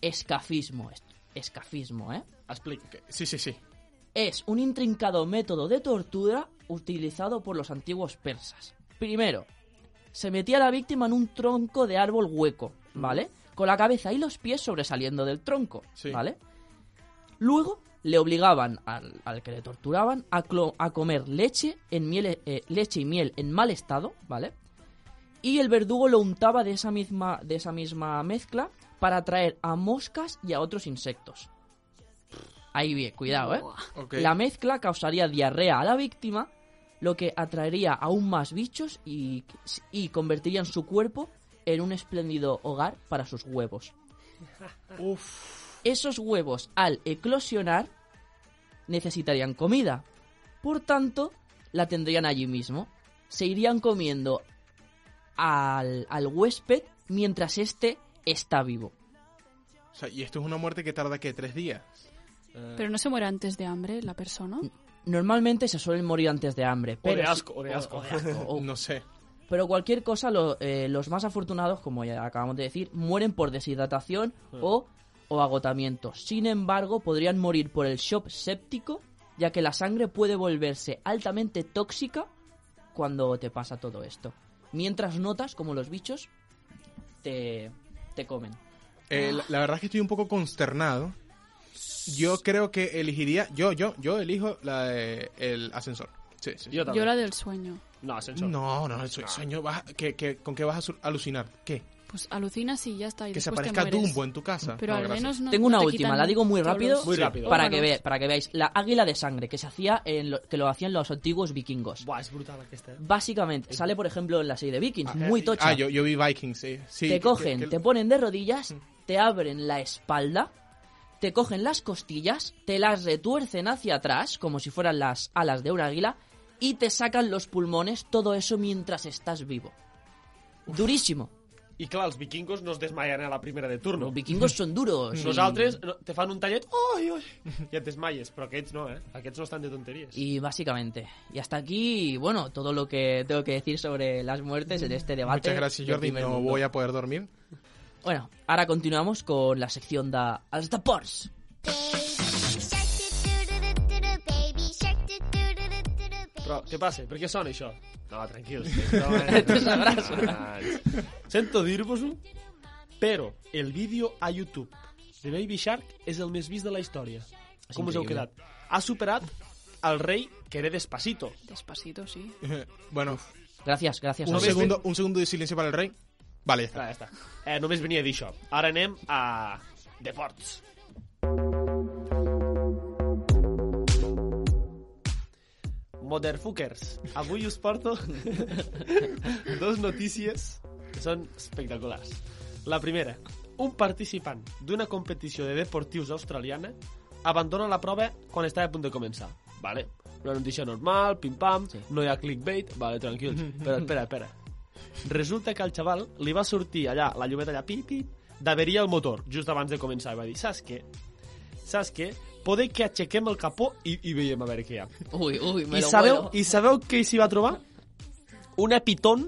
Speaker 2: Escafismo. es- Escafismo, ¿eh?
Speaker 3: Explica.
Speaker 1: Que- Sí, sí, sí.
Speaker 2: es un intrincado método de tortura utilizado por los antiguos persas. Primero, se metía a la víctima en un tronco de árbol hueco, ¿vale? Con la cabeza y los pies sobresaliendo del tronco,
Speaker 1: Sí.
Speaker 2: ¿vale? Luego le obligaban al, al que le torturaban a, clo- a comer leche, en miel, eh, leche y miel en mal estado, ¿vale? Y el verdugo lo untaba de esa misma, de esa misma mezcla para atraer a moscas y a otros insectos. Ahí bien, cuidado, ¿eh?
Speaker 4: Buah.
Speaker 1: Ok.
Speaker 2: La mezcla causaría diarrea a la víctima, lo que atraería aún más bichos y, y convertirían su cuerpo en un espléndido hogar para sus huevos. Esos huevos, al eclosionar, necesitarían comida. Por tanto, la tendrían allí mismo. Se irían comiendo al, al huésped mientras éste está vivo.
Speaker 1: O sea, y esto es una muerte que tarda, ¿qué? ¿Tres días? Eh,
Speaker 4: Pero no se muere antes de hambre la persona.
Speaker 2: Normalmente se suelen morir antes de hambre.
Speaker 3: O
Speaker 2: Pero
Speaker 3: de
Speaker 2: si-
Speaker 3: asco, o de asco. (laughs)
Speaker 2: o- o-
Speaker 1: No sé.
Speaker 2: Pero cualquier cosa, lo- eh, los más afortunados, como ya acabamos de decir, mueren por deshidratación o, o agotamiento. Sin embargo, podrían morir por el shock séptico, ya que la sangre puede volverse altamente tóxica cuando te pasa todo esto. Mientras notas como los bichos te, te comen. Ah.
Speaker 1: Eh, la, la verdad es que estoy un poco consternado. Yo creo que elegiría. Yo, yo, yo elijo la de el ascensor. Sí, sí.
Speaker 3: Jo també.
Speaker 4: Yo la del sueño.
Speaker 3: No, ascensor.
Speaker 1: No, no, el sue- sueño. vas a- que- que- ¿Con qué vas a su- alucinar? ¿Qué?
Speaker 4: Pues alucinas y ya está. Y
Speaker 1: Que se
Speaker 4: después te
Speaker 1: aparezca
Speaker 4: mueres.
Speaker 1: Dumbo en tu casa.
Speaker 4: Pero
Speaker 1: No,
Speaker 4: al
Speaker 1: gracias.
Speaker 4: menos no.
Speaker 2: Tengo
Speaker 4: no
Speaker 2: una
Speaker 4: te
Speaker 2: última,
Speaker 4: quitan
Speaker 2: la digo muy
Speaker 4: todos
Speaker 2: rápido.
Speaker 4: los
Speaker 3: Muy rápido.
Speaker 2: Para que,
Speaker 4: órganos.
Speaker 2: ve- para que veáis, la águila de sangre que se hacía en lo, que lo hacían los antiguos vikingos.
Speaker 3: Buah, és brutal aquesta, eh?
Speaker 2: Básicamente, sale por ejemplo en la serie de Vikings, muy tocha.
Speaker 1: Ah, yo, yo vi Vikings, sí. sí
Speaker 2: te
Speaker 1: que-
Speaker 2: cogen,
Speaker 1: que- Mm.
Speaker 2: te ponen de rodillas, te abren la espalda, te cogen las costillas, te las retuercen hacia atrás, como si fueran las alas de un águila, y te sacan los pulmones, todo eso mientras estás vivo. Durísimo.
Speaker 3: I clar, els vikingos no es desmaien a la primera de turno.
Speaker 2: Los vikingos son duros. y-
Speaker 3: Nosaltres no- te fan un tallet oi, oi, i et desmaies, però aquests no, eh? Aquests no estan de tonteries.
Speaker 2: Y básicamente. Y hasta aquí, bueno, todo lo que tengo que decir sobre las muertes en este debate.
Speaker 1: Muchas gracias,
Speaker 2: del
Speaker 1: Jordi.
Speaker 2: primer
Speaker 1: No
Speaker 2: mundo.
Speaker 1: voy a poder
Speaker 2: (laughs)
Speaker 1: dormir.
Speaker 2: Bueno, ahora continuamos con la sección de Els (laughs) deports.
Speaker 3: Però què passa? Per què sona això? No, tranquils.
Speaker 2: Tu
Speaker 1: (laughs)
Speaker 2: sabràs.
Speaker 3: Sento dir-vos-ho, però el vídeo a YouTube de Baby Shark és el més vist de la història.
Speaker 2: És
Speaker 3: Com us heu
Speaker 2: increïble.
Speaker 3: quedat? Ha superat el rei que era Despacito.
Speaker 4: Despacito, sí.
Speaker 1: Bueno,
Speaker 2: Gracias, gracias.
Speaker 1: un
Speaker 2: Alex.
Speaker 1: segundo, un segundo de silencio para el rey. Vale, ya está.
Speaker 3: Ah, ja està. Eh, només venia a dir això. Ara anem a Deports. Motherfuckers, avui us porto (laughs) dos notícies que són espectaculars. La primera, un participant d'una competició de deportius australiana abandona la prova quan està a punt de començar. Vale. Una notícia normal, pim-pam,
Speaker 2: Sí.
Speaker 3: sí. no hi ha clickbait, vale, tranquils. Però espera, espera. Resulta que al xaval li va sortir allà, la llumeta allà, pip, pip, d'averia el motor, just abans de començar. I va dir, saps què? Saps què? Poder que aixequem el capó i, i veiem a veure què hi ha.
Speaker 2: Uy, uy, (laughs) me
Speaker 3: I
Speaker 2: lo
Speaker 3: sabeu,
Speaker 2: huelo.
Speaker 3: I sabeu què s'hi va trobar? Una pitón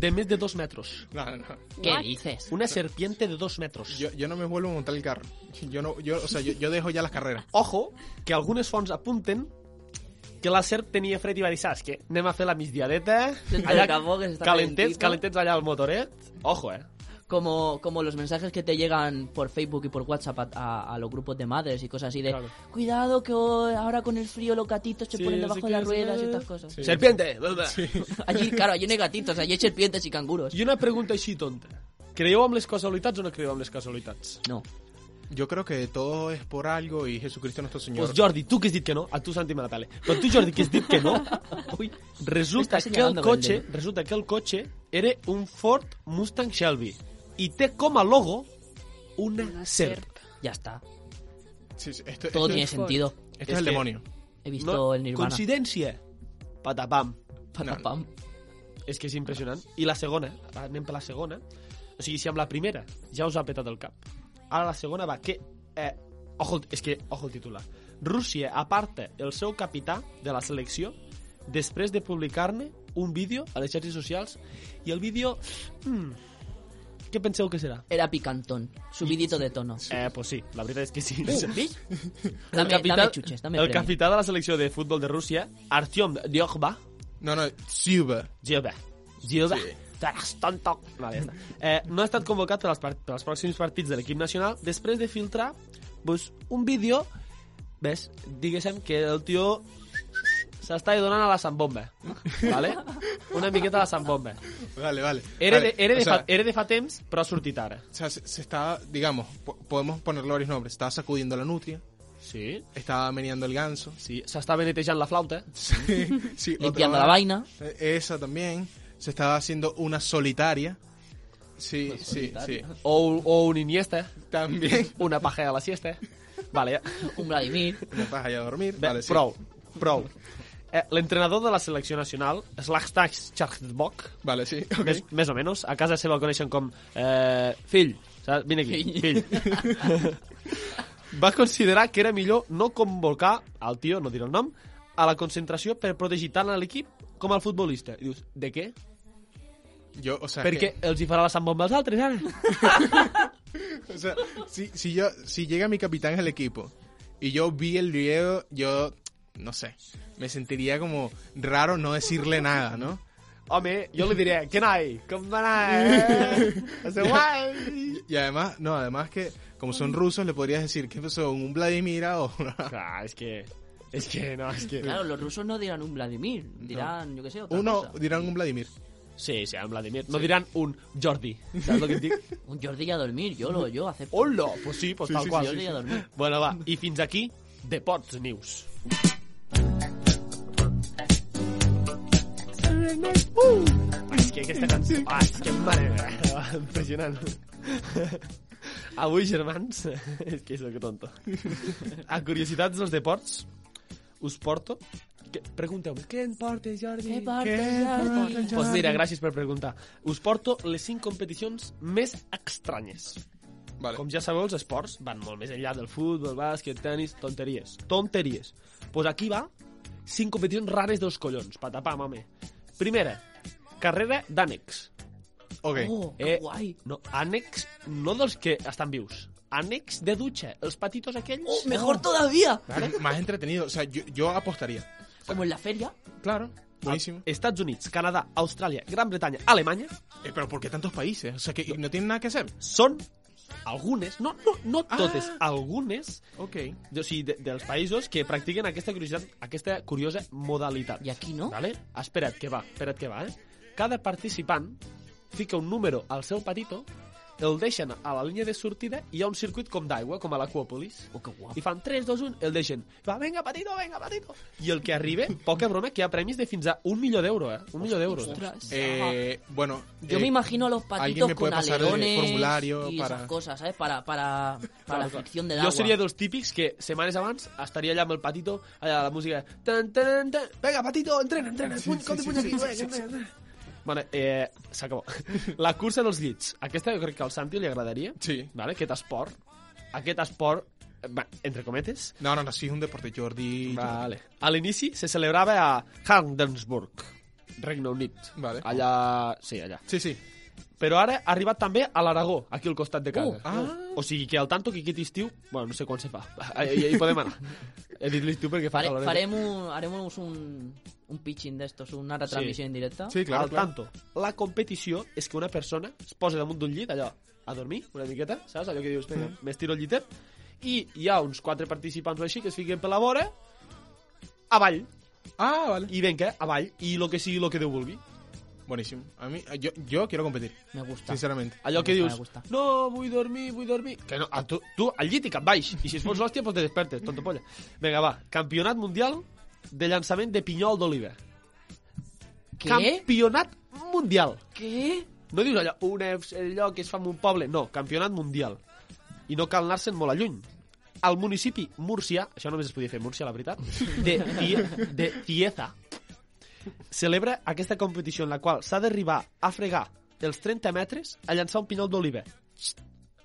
Speaker 3: de més de dos
Speaker 2: Ah.
Speaker 3: metros.
Speaker 1: No, no.
Speaker 2: ¿Qué
Speaker 4: What?
Speaker 2: dices?
Speaker 3: Una serpiente de dos metros.
Speaker 1: Yo, yo no me vuelvo a montar el carro. Yo no, yo, o sea, yo, yo dejo ya las carreras.
Speaker 3: Ojo, que algunes fonts apunten que la serp tenia fred i va dir, saps què? Anem a fer la migdiadeta,
Speaker 2: Senta
Speaker 3: allà
Speaker 2: el capó, que s'està
Speaker 3: calentets,
Speaker 2: calentito.
Speaker 3: calentets allà al motoret. Ojo, eh?
Speaker 2: Como, como los mensajes que te llegan por Facebook y por WhatsApp a, a- a los grupos de madres y cosas así de
Speaker 3: Claro.
Speaker 2: cuidado que hoy- ahora con el frío los gatitos se
Speaker 3: Sí,
Speaker 2: ponen
Speaker 3: no
Speaker 2: debajo de
Speaker 3: sé
Speaker 2: las
Speaker 3: qué, sí,
Speaker 2: ruedas y
Speaker 3: eh.
Speaker 2: estas cosas.
Speaker 3: Serpiente! Sí.
Speaker 2: (laughs) Allí, claro, allí no hay gatitos, allí hay serpientes y canguros.
Speaker 3: I una pregunta així tonta. Creieu amb les casualitats o no creieu amb les casualitats?
Speaker 2: No.
Speaker 1: Yo creo que todo es por algo y Jesucristo nuestro Señor.
Speaker 3: Pues Jordi, tu que has dit que no, a tu Santi Natale, però tu Jordi que has dit
Speaker 2: (laughs)
Speaker 3: que no, ui, resulta
Speaker 2: M'està
Speaker 3: que el
Speaker 2: assenyalant
Speaker 3: cotxe,
Speaker 2: amb el
Speaker 3: resulta que el cotxe era un Ford Mustang Shelby i té com a logo una,
Speaker 4: Una
Speaker 3: serp.
Speaker 4: serp.
Speaker 2: Ya está.
Speaker 1: Sí, sí, esto,
Speaker 2: Todo
Speaker 1: esto-
Speaker 2: tiene
Speaker 4: Ford.
Speaker 2: sentido.
Speaker 1: esto es,
Speaker 3: Es
Speaker 1: el
Speaker 2: este-
Speaker 3: que-
Speaker 1: demonio.
Speaker 2: He visto el Nirvana.
Speaker 3: Coincidència. Patapam.
Speaker 2: Patapam.
Speaker 3: És que és impressionant. I la segona, anem per la segona. O sigui, si amb la primera ja us ha petat el cap, ara la segona va que... Eh, ojo, el- és que, ojo el titular. Rússia aparta el seu capità de la selecció després de publicar-ne un vídeo a les xarxes socials i el vídeo... Hmm, què penseu que será?
Speaker 2: Era picantón, subidito de tono.
Speaker 3: Eh, pues sí, la veritat és que sí.
Speaker 2: Uh, ¿Ves? Dame, dame chuches, dame
Speaker 3: el
Speaker 2: premio.
Speaker 3: capità de la selecció de futbol de Rússia, Artyom Diokba,
Speaker 1: No, no, Silva.
Speaker 3: Gilda. Gilda. Sí. Tonto. Vale, ja està. eh, no ha estat convocat per als, par- per als pròxims partits de l'equip nacional després de filtrar pues, un vídeo ves, diguéssim que el tio s'està donant a la sambomba vale? una miqueta a la sambomba
Speaker 1: Vale, vale.
Speaker 3: era,
Speaker 1: Vale,
Speaker 3: de, era,
Speaker 1: o
Speaker 3: de
Speaker 1: sea,
Speaker 3: fa, era de fa temps però ha sortit ara
Speaker 1: o sea, se, se está, digamos, po- podemos ponerle varios nombres. Estaba sacudiendo la nutria,
Speaker 3: sí
Speaker 1: estaba meneando el ganso.
Speaker 3: sí s'està benetejant la flauta
Speaker 1: Sí, sí,
Speaker 2: Limpiando
Speaker 1: otra
Speaker 2: la
Speaker 1: más.
Speaker 2: vaina.
Speaker 1: Eh, Esa también. Se estaba haciendo una solitaria. Sí, sí, sí.
Speaker 3: o, un- o un Iniesta
Speaker 1: También.
Speaker 3: una paja a la siesta vale, ja.
Speaker 2: Un Vladimir.
Speaker 1: No vas allá a dormir.
Speaker 3: Bé,
Speaker 1: Vale, sí.
Speaker 3: prou, prou. Eh, L'entrenador de la selecció nacional, Slagstag Chartsbok,
Speaker 1: Vale, sí. ok.
Speaker 3: més, més o menys, a casa seva el coneixen com eh, fill, saps? Vine aquí, fill. (laughs) Va considerar que era millor no convocar al tio, no diré el nom, a la concentració per protegir tant a l'equip com al futbolista. I dius, de què?
Speaker 1: Yo, o sea,
Speaker 3: Perquè els hi farà la sambomba als altres, ara.
Speaker 1: que- o sea, si, si yo, si llega mi capitán al equipo y yo vi el video, yo, no sé, me sentiría como raro no decirle nada, ¿no?
Speaker 3: (laughs) Home, jo li diré, què nai? Com va anar? (laughs) Eh? Va ser guai!
Speaker 1: Y, y además, no, además que como son rusos, le podrías decir que son un Vladimir ahora.
Speaker 3: Clar, és que... És que no, és que...
Speaker 2: Claro, los rusos no dirán un Vladimir. Dirán, yo qué sé, otra
Speaker 1: Uno
Speaker 2: cosa.
Speaker 1: dirán un Vladimir.
Speaker 3: Sí, sí, en Vladimir. No diran un Jordi. ¿Sabes lo que
Speaker 1: (laughs)
Speaker 3: et dic?
Speaker 2: Un Jordi a dormir, yo lo yo acepto.
Speaker 3: Hola! Pues sí, pues
Speaker 1: Sí,
Speaker 3: tal
Speaker 1: sí,
Speaker 3: qual.
Speaker 2: sí, sí, sí. Jordi.
Speaker 3: Bueno, va, i fins aquí, Deports News. Uh! És que aquesta cançó... Ah, és que mare meva, impressionant. Avui, germans, és que sóc tonto. A curiositats dels deports, us porto Que, pregunteu què en portes, Jordi?
Speaker 2: Què portes, Jordi?
Speaker 3: Doncs pues mira, gràcies per preguntar. Us porto les 5 competicions més estranyes.
Speaker 1: Vale.
Speaker 3: Com ja sabeu, els esports van molt més enllà del futbol, bàsquet, tennis, tonteries. Tonteries. Doncs pues aquí va 5 competicions rares dels collons. Patapam, home. Primera, carrera d'ànecs.
Speaker 1: Ok.
Speaker 2: Oh,
Speaker 1: Eh,
Speaker 2: que guai.
Speaker 3: No, ànecs no dels que estan vius. Ànecs de dutxa, els patitos aquells.
Speaker 2: Oh, mejor todavía.
Speaker 1: Más entretenido. O sea, yo, yo apostaría.
Speaker 2: Como en la feria.
Speaker 3: Claro.
Speaker 1: Buenísimo.
Speaker 3: Estats Units, Canadà, Austràlia, Gran Bretanya, Alemanya
Speaker 1: Eh, pero ¿por qué tantos países? O sea, que no tienen nada que hacer.
Speaker 3: són algunes, no, no, no
Speaker 1: Ah.
Speaker 3: totes, algunes
Speaker 1: Ok.
Speaker 3: de, o sigui, de, dels països que practiquen aquesta curiositat, aquesta curiosa modalitat.
Speaker 2: I aquí no?
Speaker 3: Vale? Espera't que va, espera't que va, eh? Cada participant fica un número al seu patito, el deixen a la línia de sortida i hi ha un circuit com d'aigua, com a l'Aquòpolis.
Speaker 2: Oh, que guapo.
Speaker 3: I fan 3, 2, 1, el deixen. Va, venga, patito, venga, patito. I el que arriba, poca broma, que hi ha premis de fins a un milió d'euro, eh? Un milió d'euros. eh?
Speaker 4: Ostras.
Speaker 1: Eh, bueno.
Speaker 2: Yo
Speaker 1: eh,
Speaker 2: me imagino a los
Speaker 1: alguien
Speaker 2: patitos
Speaker 1: me
Speaker 2: con
Speaker 1: puede pasar el
Speaker 2: alerones
Speaker 1: formulario
Speaker 2: y
Speaker 1: para-
Speaker 2: esas cosas, ¿sabes? Para, para, para la fricción del
Speaker 3: Jo
Speaker 2: agua.
Speaker 3: seria dels típics que setmanes abans estaria allà amb el patito, allà la música... Tan, tan, tan, Venga, patito, entrena, entrena, sí, puny, sí, sí, puny aquí, venga, entrena, entrena. Bueno, eh, s'acabó. (laughs) La cursa dels llits. Aquesta jo crec que al Santi li agradaria.
Speaker 1: Sí.
Speaker 3: Vale? Aquest esport. Aquest esport, eh, va, entre cometes,
Speaker 1: No, no, no, sí es un deporte, Jordi.
Speaker 3: Vale. A l'inici se celebrava a Handensburg, Regne Unit.
Speaker 1: Vale.
Speaker 3: Allà... Sí, allà.
Speaker 1: Sí, sí.
Speaker 3: Però ara ha arribat també a l'Aragó, aquí al costat de casa.
Speaker 1: Uh, ah.
Speaker 3: O sigui que al tanto que aquest estiu... Bueno, no sé quan se fa. Ah, Hi, hi
Speaker 1: (laughs)
Speaker 3: podem anar. He dit l'estiu perquè fa
Speaker 2: Fare-
Speaker 3: calor.
Speaker 2: faremos, haremos un, un pitching de estos, una retransmisión en directa.
Speaker 1: Sí, claro.
Speaker 3: al
Speaker 1: claro.
Speaker 3: tanto, la competició és que una persona es posa damunt d'un llit, allò, a dormir una miqueta, saps? Allò que dius, vinga, m'estiro el llitet, i hi ha uns quatre participants o així que es fiquen per la vora, avall,
Speaker 1: Ah, vale.
Speaker 3: i venga, avall, i lo que sigui, lo que Déu vulgui.
Speaker 1: Buenísimo. A mí, yo, yo quiero competir,
Speaker 2: Me gusta.
Speaker 1: sinceramente.
Speaker 3: Allò que
Speaker 2: Me
Speaker 3: dius,
Speaker 2: gusta, me
Speaker 3: no, vull dormir, vull dormir... Que no, a tu, tu al llit i cap baix. I si es fots l'hòstia, doncs te despertes, tonto polla. Vinga, va, campionat mundial de llançament de pinyol d'oliva.
Speaker 2: ¿Qué?
Speaker 3: Campionat mundial.
Speaker 2: ¿Qué?
Speaker 3: No dius allò, un F- allò que es fa en un poble. No, campionat mundial. I no cal anar-se'n molt a lluny. Al municipi Múrcia, això només es podia fer a Múrcia, la veritat, de, Cie- de Cieza, celebra aquesta competició en la qual s'ha d'arribar a fregar els 30 metres a llançar un pinyol d'oliva.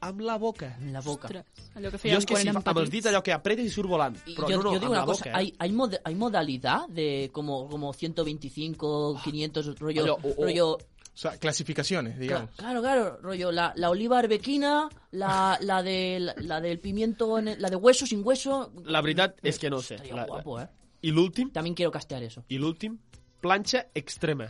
Speaker 3: Amb la boca.
Speaker 2: En la boca.
Speaker 4: Ostres, allò que
Speaker 3: Jo
Speaker 4: feien
Speaker 3: és que
Speaker 4: quan
Speaker 3: si
Speaker 4: érem
Speaker 3: fa, amb els
Speaker 4: petits.
Speaker 3: dits allò que apretes i surt volant.
Speaker 2: Y
Speaker 3: Però
Speaker 2: yo,
Speaker 3: no, no,
Speaker 2: yo digo
Speaker 3: amb
Speaker 2: una
Speaker 3: la
Speaker 2: cosa,
Speaker 3: boca. ¿eh?
Speaker 2: ¿hay, hay, mod- hay modalidad de como, como 125, 500, rollo,
Speaker 3: Oye, Ah. o- o-
Speaker 2: rollo
Speaker 1: O sea, clasificaciones, digamos. (laughs)
Speaker 2: Claro, claro, claro, rollo, la, la oliva arbequina, la, la, del, la del pimiento, en el- la de hueso sin hueso.
Speaker 3: eh? La veritat és que no ho sé.
Speaker 2: Estaría
Speaker 3: La, la...
Speaker 2: guapo, eh.
Speaker 3: I l'últim,
Speaker 2: También quiero castear eso.
Speaker 3: i l'últim, planxa extrema.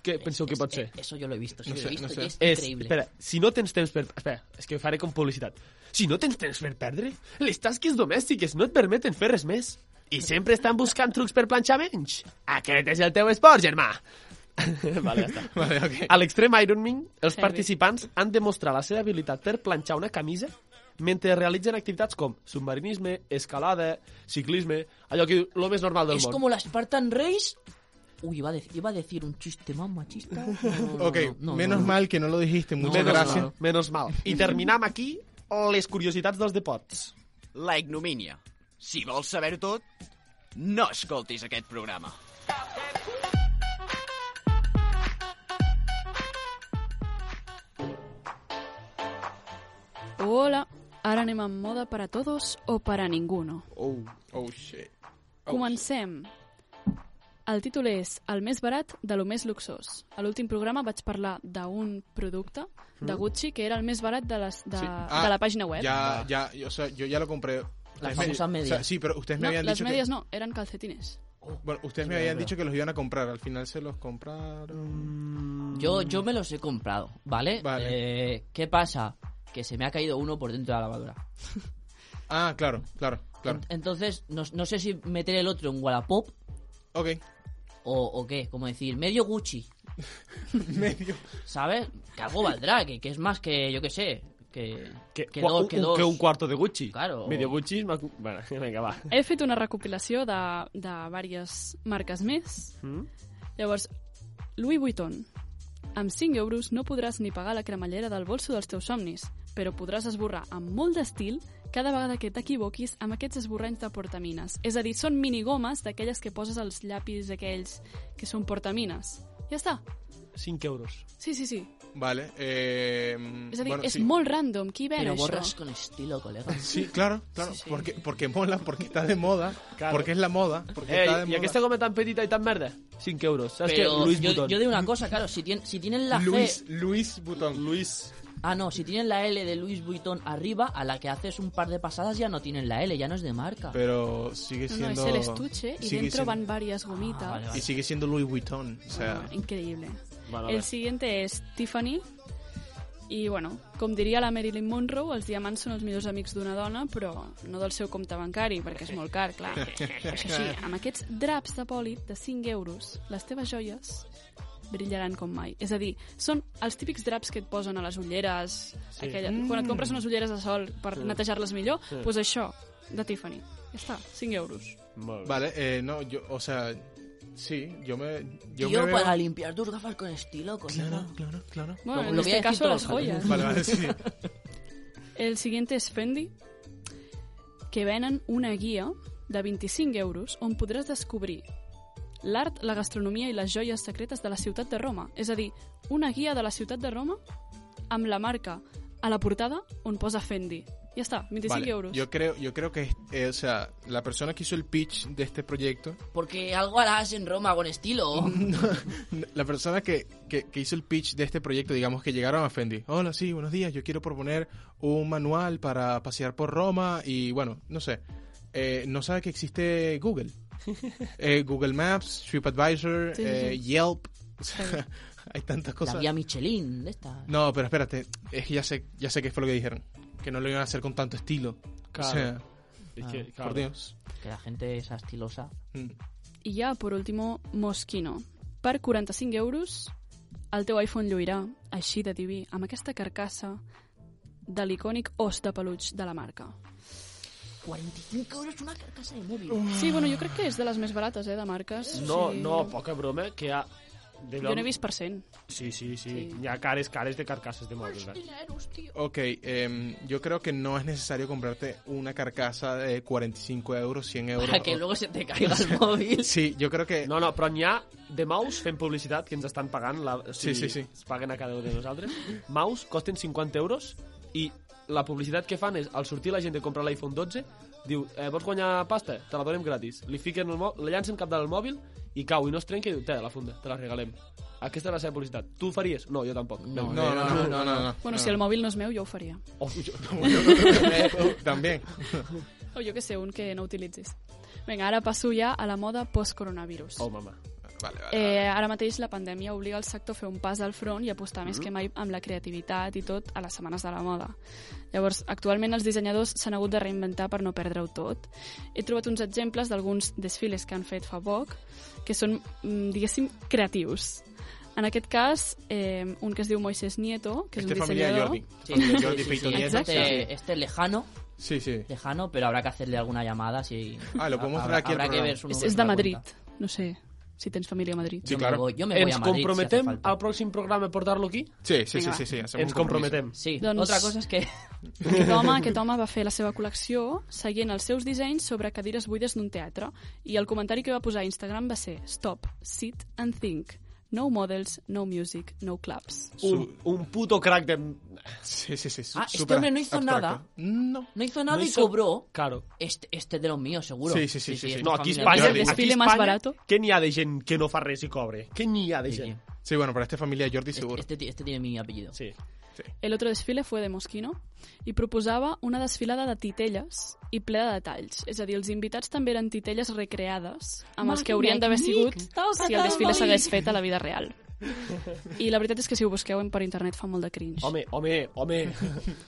Speaker 3: Què penseu que
Speaker 2: Es-
Speaker 3: pot ser?
Speaker 2: eh, Eso yo lo he visto, sí,
Speaker 1: No
Speaker 2: lo
Speaker 1: sé,
Speaker 2: he visto
Speaker 1: no sé.
Speaker 2: y es,
Speaker 3: És,
Speaker 2: increíble.
Speaker 3: espera, si no tens temps per... Espera, és que faré com publicitat. Si no tens temps per perdre, les tasques domèstiques no et permeten fer res més. I sempre estan buscant trucs per planxar menys. Aquest és el teu esport, germà. (laughs) vale, ja està.
Speaker 1: Vale, ok.
Speaker 2: Ah,
Speaker 3: A l'extrem Ironman, els
Speaker 4: Heavy.
Speaker 3: participants han de mostrar la seva habilitat per planxar una camisa mentre realitzen activitats com submarinisme, escalada, ciclisme, allò que diu lo més normal del
Speaker 2: Es
Speaker 3: món.
Speaker 2: como la Spartan Race. Uy, iba a, dec- iba a decir un chiste más machista. No, no, no,
Speaker 1: Ok,
Speaker 2: no, no,
Speaker 1: menos
Speaker 2: no.
Speaker 1: mal que no lo dijiste, muchas
Speaker 3: Menos
Speaker 1: gracias.
Speaker 3: mal, menos mal. I terminam aquí les curiositats dels deports.
Speaker 6: La ignomínia. Si vols saber-ho tot, no escoltis aquest programa.
Speaker 4: Hola, ara anem amb moda per a todos o per a ninguno.
Speaker 1: Oh, oh shit. Oh,
Speaker 4: Comencem. El títol és El més barat de lo més luxós. A l'últim programa vaig parlar d'un producte de Gucci que era el més barat de, les, de,
Speaker 1: Hmm. Sí. Ah,
Speaker 4: de la pàgina web.
Speaker 1: Ya, ya, yo, o sea, yo ya lo compré. Ustedes me-
Speaker 2: famosas
Speaker 1: o sea,
Speaker 2: medias.
Speaker 1: sí, pero ustedes me
Speaker 4: No,
Speaker 1: habían
Speaker 4: les
Speaker 1: dicho
Speaker 4: medias
Speaker 1: que, Oh,
Speaker 4: no, eren calcetines.
Speaker 1: bueno, ustedes me habían dicho que los iban a comprar, al final se los compraron.
Speaker 2: Yo, yo me los he comprado, ¿vale?
Speaker 1: Mm. Vale.
Speaker 2: Eh, ¿Qué pasa? Que se me ha caído uno por dentro de la lavadora.
Speaker 1: Ah, claro, claro, claro.
Speaker 2: En- Entonces, no, no sé si meter el otro en Wallapop
Speaker 1: Ok.
Speaker 2: o, o qué. Como decir, medio Gucci.
Speaker 1: (laughs) Medio.
Speaker 2: ¿Sabes? Que algo valdrá, que, que es más que, yo qué sé, que,
Speaker 3: Que,
Speaker 2: que
Speaker 3: cua-
Speaker 2: dos,
Speaker 3: un,
Speaker 2: que
Speaker 3: un-
Speaker 2: dos.
Speaker 3: que un cuarto de Gucci.
Speaker 2: Claro.
Speaker 3: Medio Gucci es más... cu- Bueno, (laughs) venga, va.
Speaker 4: He fet una recopilació de, de diverses marques més.
Speaker 3: Mm?
Speaker 4: Llavors, Louis Vuitton. Amb 5 euros no podràs ni pagar la cremallera del bolso dels teus somnis, però podràs esborrar amb molt d'estil cada vegada que t'equivoquis amb aquests esborranys de portamines. És a dir, són minigomes d'aquelles que poses als llapis aquells que són portamines. Ja està.
Speaker 3: 5 euros.
Speaker 4: Sí, sí, sí.
Speaker 1: Vale. Eh,
Speaker 4: És a dir,
Speaker 1: bueno,
Speaker 4: és
Speaker 1: sí.
Speaker 4: molt random. Qui ven
Speaker 2: Pero
Speaker 4: això?
Speaker 2: borras con estilo, colega.
Speaker 1: Sí, claro, claro.
Speaker 4: Sí, sí.
Speaker 1: Porque, porque mola, porque está de moda,
Speaker 3: Claro.
Speaker 1: porque es la moda, porque
Speaker 3: Eh,
Speaker 1: está de
Speaker 3: I
Speaker 1: moda.
Speaker 3: aquesta goma tan petita i tan merda? 5 euros. Saps què?
Speaker 2: Pero
Speaker 3: Luis
Speaker 2: yo,
Speaker 3: Butón.
Speaker 2: yo digo una cosa, claro, si, tien- si tienen la
Speaker 1: Luis,
Speaker 4: Eh.
Speaker 2: G...
Speaker 1: Luis Butón.
Speaker 3: Luis.
Speaker 2: Ah, no, si tienen la L de Luis Vuitton arriba, a la que haces un par de pasadas ya no tienen la L, ya no es de marca.
Speaker 1: Pero sigue
Speaker 4: No, no,
Speaker 1: siendo...
Speaker 4: es el estuche y
Speaker 1: sigue siendo-
Speaker 4: dentro van varias gomitas.
Speaker 2: Ah, vale,
Speaker 1: Y
Speaker 2: vale.
Speaker 1: sigue siendo Louis Vuitton. O sea,
Speaker 4: Ah, increíble.
Speaker 3: Bueno, a
Speaker 4: el
Speaker 3: ver.
Speaker 4: siguiente es Tiffany. I, bueno, com diria la Marilyn Monroe, els diamants són els millors amics d'una dona, però no del seu compte bancari, perquè és molt car, clar. Això sí, amb aquests draps de pòlit de 5 euros, les teves joies brillaran com mai. És a dir, són els típics draps que et posen a les ulleres, sí. aquella... mm. quan et compres unes ulleres de sol per netejar-les millor, doncs pues això, de Tiffany. Ja està, 5 euros.
Speaker 3: Molt bé.
Speaker 1: vale, eh, no, yo, o sea, sí, yo me... Yo
Speaker 2: Tío,
Speaker 1: me veo-
Speaker 2: para limpiar tus gafas con estilo, colega.
Speaker 1: Claro, claro, claro.
Speaker 4: Bueno,
Speaker 2: Lo-
Speaker 4: en
Speaker 2: lo voy a decir
Speaker 4: este caso,
Speaker 2: todo,
Speaker 4: las
Speaker 2: Javi.
Speaker 4: joyas.
Speaker 1: Vale, vale,
Speaker 4: (laughs)
Speaker 1: sí.
Speaker 4: El siguiente és Fendi, que venen una guia de 25 euros on podràs descobrir l'art, la gastronomia i les joies secretes de la ciutat de Roma. És a dir, una guia de la ciutat de Roma amb la marca a la portada on posa Fendi. Ja està, 25
Speaker 1: Vale,
Speaker 4: euros.
Speaker 1: Yo creo, yo creo que, eh, o sea, la persona que hizo el pitch de este proyecto
Speaker 2: Porque algo harás en Roma con estilo.
Speaker 1: La persona que, que- que hizo el pitch de este proyecto, digamos que llegaron a Fendi. Hola, sí, buenos días. Yo quiero proponer un manual para pasear por Roma y bueno, no sé. Eh, no sabe que existe
Speaker 4: (laughs)
Speaker 1: Google. Eh, Google Maps, TripAdvisor,
Speaker 4: Sí, sí,
Speaker 1: eh,
Speaker 4: sí.
Speaker 1: Yelp. O sea, (laughs) hay tantas (laughs)
Speaker 2: La
Speaker 1: cosas.
Speaker 2: guía Michelin, de esta.
Speaker 1: No, pero espérate. Es que ya sé, ya sé qué fue lo que dijeron. Que no lo iban a hacer con tanto estilo.
Speaker 3: Claro,
Speaker 1: O sea,
Speaker 3: És que,
Speaker 2: Ah,
Speaker 3: claro.
Speaker 1: por Dios.
Speaker 2: Que la gente es estilosa.
Speaker 1: Mm.
Speaker 4: I ja, per último, Moschino. Per 45 euros, el teu iPhone lluirà, així de diví, amb aquesta carcassa de l'icònic os de peluig de la marca.
Speaker 2: 45 euros una carcasa de móvil.
Speaker 4: Mm. Sí, bueno, jo crec que és de les més barates, eh, de marques.
Speaker 3: No,
Speaker 4: O sigui,
Speaker 3: no, poca broma, que hi ha... De
Speaker 4: Jo n'he vist per cent.
Speaker 3: Sí, sí, sí.
Speaker 4: Sí.
Speaker 3: Hi ha cares, cares de carcasses de mòbils. Eh?
Speaker 1: Ok, em, yo creo que no es necesario comprarte una carcasa de 45 euros, 100 euros.
Speaker 2: Para (laughs) que
Speaker 1: o-
Speaker 2: luego
Speaker 1: (laughs)
Speaker 2: se te caiga el móvil.
Speaker 1: Sí, yo creo que.
Speaker 3: No, no, però n'hi ha de maus fent publicitat que ens estan pagant. La, o sigui,
Speaker 1: Sí, sí, sí.
Speaker 3: Es paguen a cada un de nosaltres. Maus costen 50 euros i la publicitat que fan és, al sortir la gent de comprar l'iPhone 12, diu, eh, vols guanyar pasta? Te la donem gratis. Li fiquen el mò- la llancen cap del mòbil i cau i no es trenca i diu, té, la funda, te la regalem. Aquesta és la seva publicitat. Tu ho faries? No, jo tampoc.
Speaker 2: No,
Speaker 1: No, no, no, no, no, no.
Speaker 4: Bueno,
Speaker 1: no.
Speaker 3: Ah.
Speaker 4: si el mòbil no és meu, jo ho faria.
Speaker 1: Oh, (laughs) yo-
Speaker 2: (laughs)
Speaker 1: yo- También.
Speaker 4: O jo que sé, un que no utilitzis. Vinga, ara passo ja a la moda post-coronavirus.
Speaker 3: Oh, mama.
Speaker 1: Vale, vale.
Speaker 4: Eh, ara mateix la pandèmia obliga el sector a fer un pas al front i apostar més que mai amb la creativitat i tot a les setmanes de la moda. Llavors, actualment els dissenyadors s'han hagut de reinventar per no perdre-ho tot. He trobat uns exemples d'alguns desfiles que han fet fa poc que són, mm, diguéssim, creatius. En aquest cas, eh, un que es diu Moisés Nieto, que és
Speaker 1: Este
Speaker 4: un
Speaker 1: familia de
Speaker 4: dissenyador...
Speaker 1: Jordi.
Speaker 2: Sí,
Speaker 1: Familia
Speaker 2: sí,
Speaker 1: Jordi
Speaker 2: sí,
Speaker 1: Peyton
Speaker 2: sí.
Speaker 1: Nieto.
Speaker 4: Exacto.
Speaker 2: Este, este es lejano,
Speaker 1: Sí, sí.
Speaker 2: lejano, pero habrá que hacerle alguna llamada si.
Speaker 1: Ah, lo podemos hacer
Speaker 2: habrá,
Speaker 1: aquí el
Speaker 2: habrá que
Speaker 1: programa. Este
Speaker 2: ver su
Speaker 4: És,
Speaker 2: número
Speaker 4: és de
Speaker 2: la
Speaker 4: Madrid,
Speaker 2: cuenta.
Speaker 4: no sé si tens família a Madrid.
Speaker 1: Sí,
Speaker 2: yo
Speaker 1: claro.
Speaker 2: Me voy, yo me voy
Speaker 3: Ens
Speaker 2: a Madrid.
Speaker 3: comprometem
Speaker 2: si hace falta.
Speaker 3: al pròxim programa a portar-lo aquí?
Speaker 1: Sí, sí,
Speaker 2: Ah,
Speaker 1: sí,
Speaker 4: Venga,
Speaker 1: sí, sí. hacemos
Speaker 3: Ens
Speaker 1: un compromiso.
Speaker 3: comprometem.
Speaker 2: Sí,
Speaker 4: Doncs-
Speaker 2: otra cosa es que.
Speaker 4: Aquest home, aquest home va fer la seva col·lecció seguint els seus dissenys sobre cadires buides d'un teatre i el comentari que va posar a Instagram va ser Stop, sit and think. No models, no music, no clubs.
Speaker 3: Un, un puto crack de...
Speaker 1: Sí, sí, sí. su-
Speaker 2: Ah, este
Speaker 1: súper
Speaker 2: hombre no hizo
Speaker 1: abstracto.
Speaker 2: nada.
Speaker 1: No.
Speaker 2: No hizo nada
Speaker 3: No
Speaker 2: y
Speaker 3: hizo-
Speaker 2: cobró.
Speaker 3: Claro.
Speaker 2: Este, este es de los míos, seguro.
Speaker 1: Sí, sí, sí, sí, sí.
Speaker 2: es
Speaker 3: No,
Speaker 2: una
Speaker 3: aquí
Speaker 2: familia
Speaker 3: Espanya...
Speaker 4: El
Speaker 2: de-
Speaker 4: desfile
Speaker 3: aquí
Speaker 4: más
Speaker 3: Espanya,
Speaker 4: barato.
Speaker 3: Què n'hi ha de gent que no fa res i cobre? Què n'hi ha de
Speaker 2: Sí,
Speaker 3: gent?
Speaker 2: sí.
Speaker 1: Sí, bueno, para esta familia Jordi
Speaker 2: Este,
Speaker 1: seguro.
Speaker 2: este ti- este tiene mi apellido.
Speaker 3: Sí.
Speaker 4: El otro desfile fue de Moschino i proposava una desfilada de titelles i ple de detalls. És a dir, els invitats també eren titelles recreades amb els que haurien d'haver sigut si el desfile s'hagués fet a la vida real. I la veritat és que si ho busqueu per internet fa molt de cringe.
Speaker 3: Home, home, home,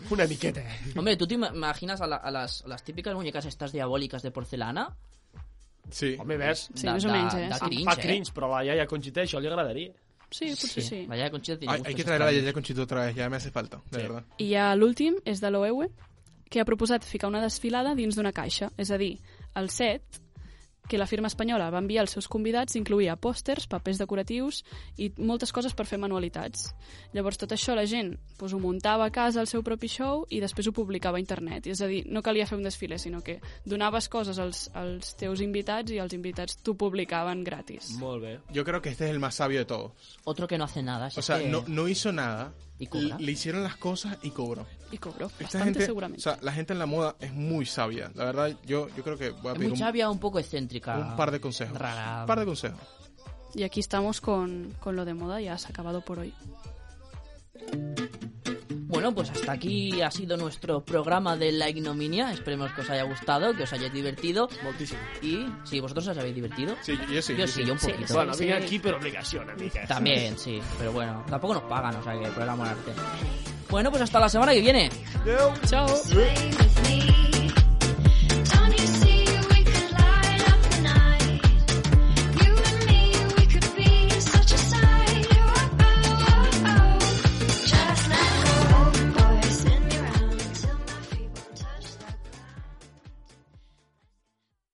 Speaker 3: una miqueta. eh?
Speaker 2: Hombre, ¿tú te ima- imaginas a, la- a las, a las típicas muñecas estas diabólicas de porcelana?
Speaker 1: Sí.
Speaker 3: Home, ves,
Speaker 4: Sí, més o menys, eh?
Speaker 2: Da
Speaker 4: Sí.
Speaker 2: cringe,
Speaker 1: Ah,
Speaker 3: fa
Speaker 2: eh.
Speaker 3: cringe, però la iaia Conchita això li agradaria.
Speaker 4: Sí, potser sí.
Speaker 2: Vaya Conchita tiene
Speaker 1: Hay, hay
Speaker 2: gustos
Speaker 1: que traer a la
Speaker 2: extraños.
Speaker 1: Yaya Conchito otra vez. Ya me hace falta, de
Speaker 3: Sí.
Speaker 1: verdad.
Speaker 4: I ja l'últim és de E l'OEUE, que ha proposat ficar una desfilada dins d'una caixa. És a dir, el set que la firma espanyola va enviar als seus convidats incluïa pòsters, papers decoratius i moltes coses per fer manualitats. Llavors tot això la gent doncs, ho muntava a casa al seu propi show i després ho publicava a internet. És a dir, no calia fer un desfile, sinó que donaves coses als, als teus invitats i els invitats t'ho publicaven gratis.
Speaker 3: Molt bé.
Speaker 1: Yo creo que este es el más sabio de todos.
Speaker 2: Otro que no hace nada. si
Speaker 1: O
Speaker 2: es
Speaker 1: sea,
Speaker 2: que-
Speaker 1: no, no hizo nada,
Speaker 2: ¿Y cobra?
Speaker 1: le hicieron las cosas y cobró.
Speaker 4: I cobro,
Speaker 1: Esta
Speaker 4: bastante
Speaker 1: gente,
Speaker 4: seguramente.
Speaker 1: O sea, la gente en la moda es muy sabia. La verdad, yo, yo creo que voy a
Speaker 2: Es
Speaker 1: pedir un,
Speaker 2: muy chavia, un poco excéntrica.
Speaker 1: un par de consejos.
Speaker 2: Rara.
Speaker 1: Un par de consejos.
Speaker 4: Y aquí estamos con, con lo de moda, ya has acabado por hoy.
Speaker 2: Bueno, pues hasta aquí ha sido nuestro programa de la ignominia. Esperemos que os haya gustado, que os hayáis divertido.
Speaker 3: Moltíssim.
Speaker 2: Y si vosotros os habéis divertido,
Speaker 1: Sí, yo sí.
Speaker 2: yo sí, yo un
Speaker 4: sí.
Speaker 2: poquito.
Speaker 3: bueno, vinc
Speaker 4: sí.
Speaker 3: aquí per obligació, una mica.
Speaker 2: También, sí, pero bueno, tampoco nos pagan, o sea que por el amor al arte. Bueno, pues hasta la semana que viene.
Speaker 4: Chao!
Speaker 7: Sway with the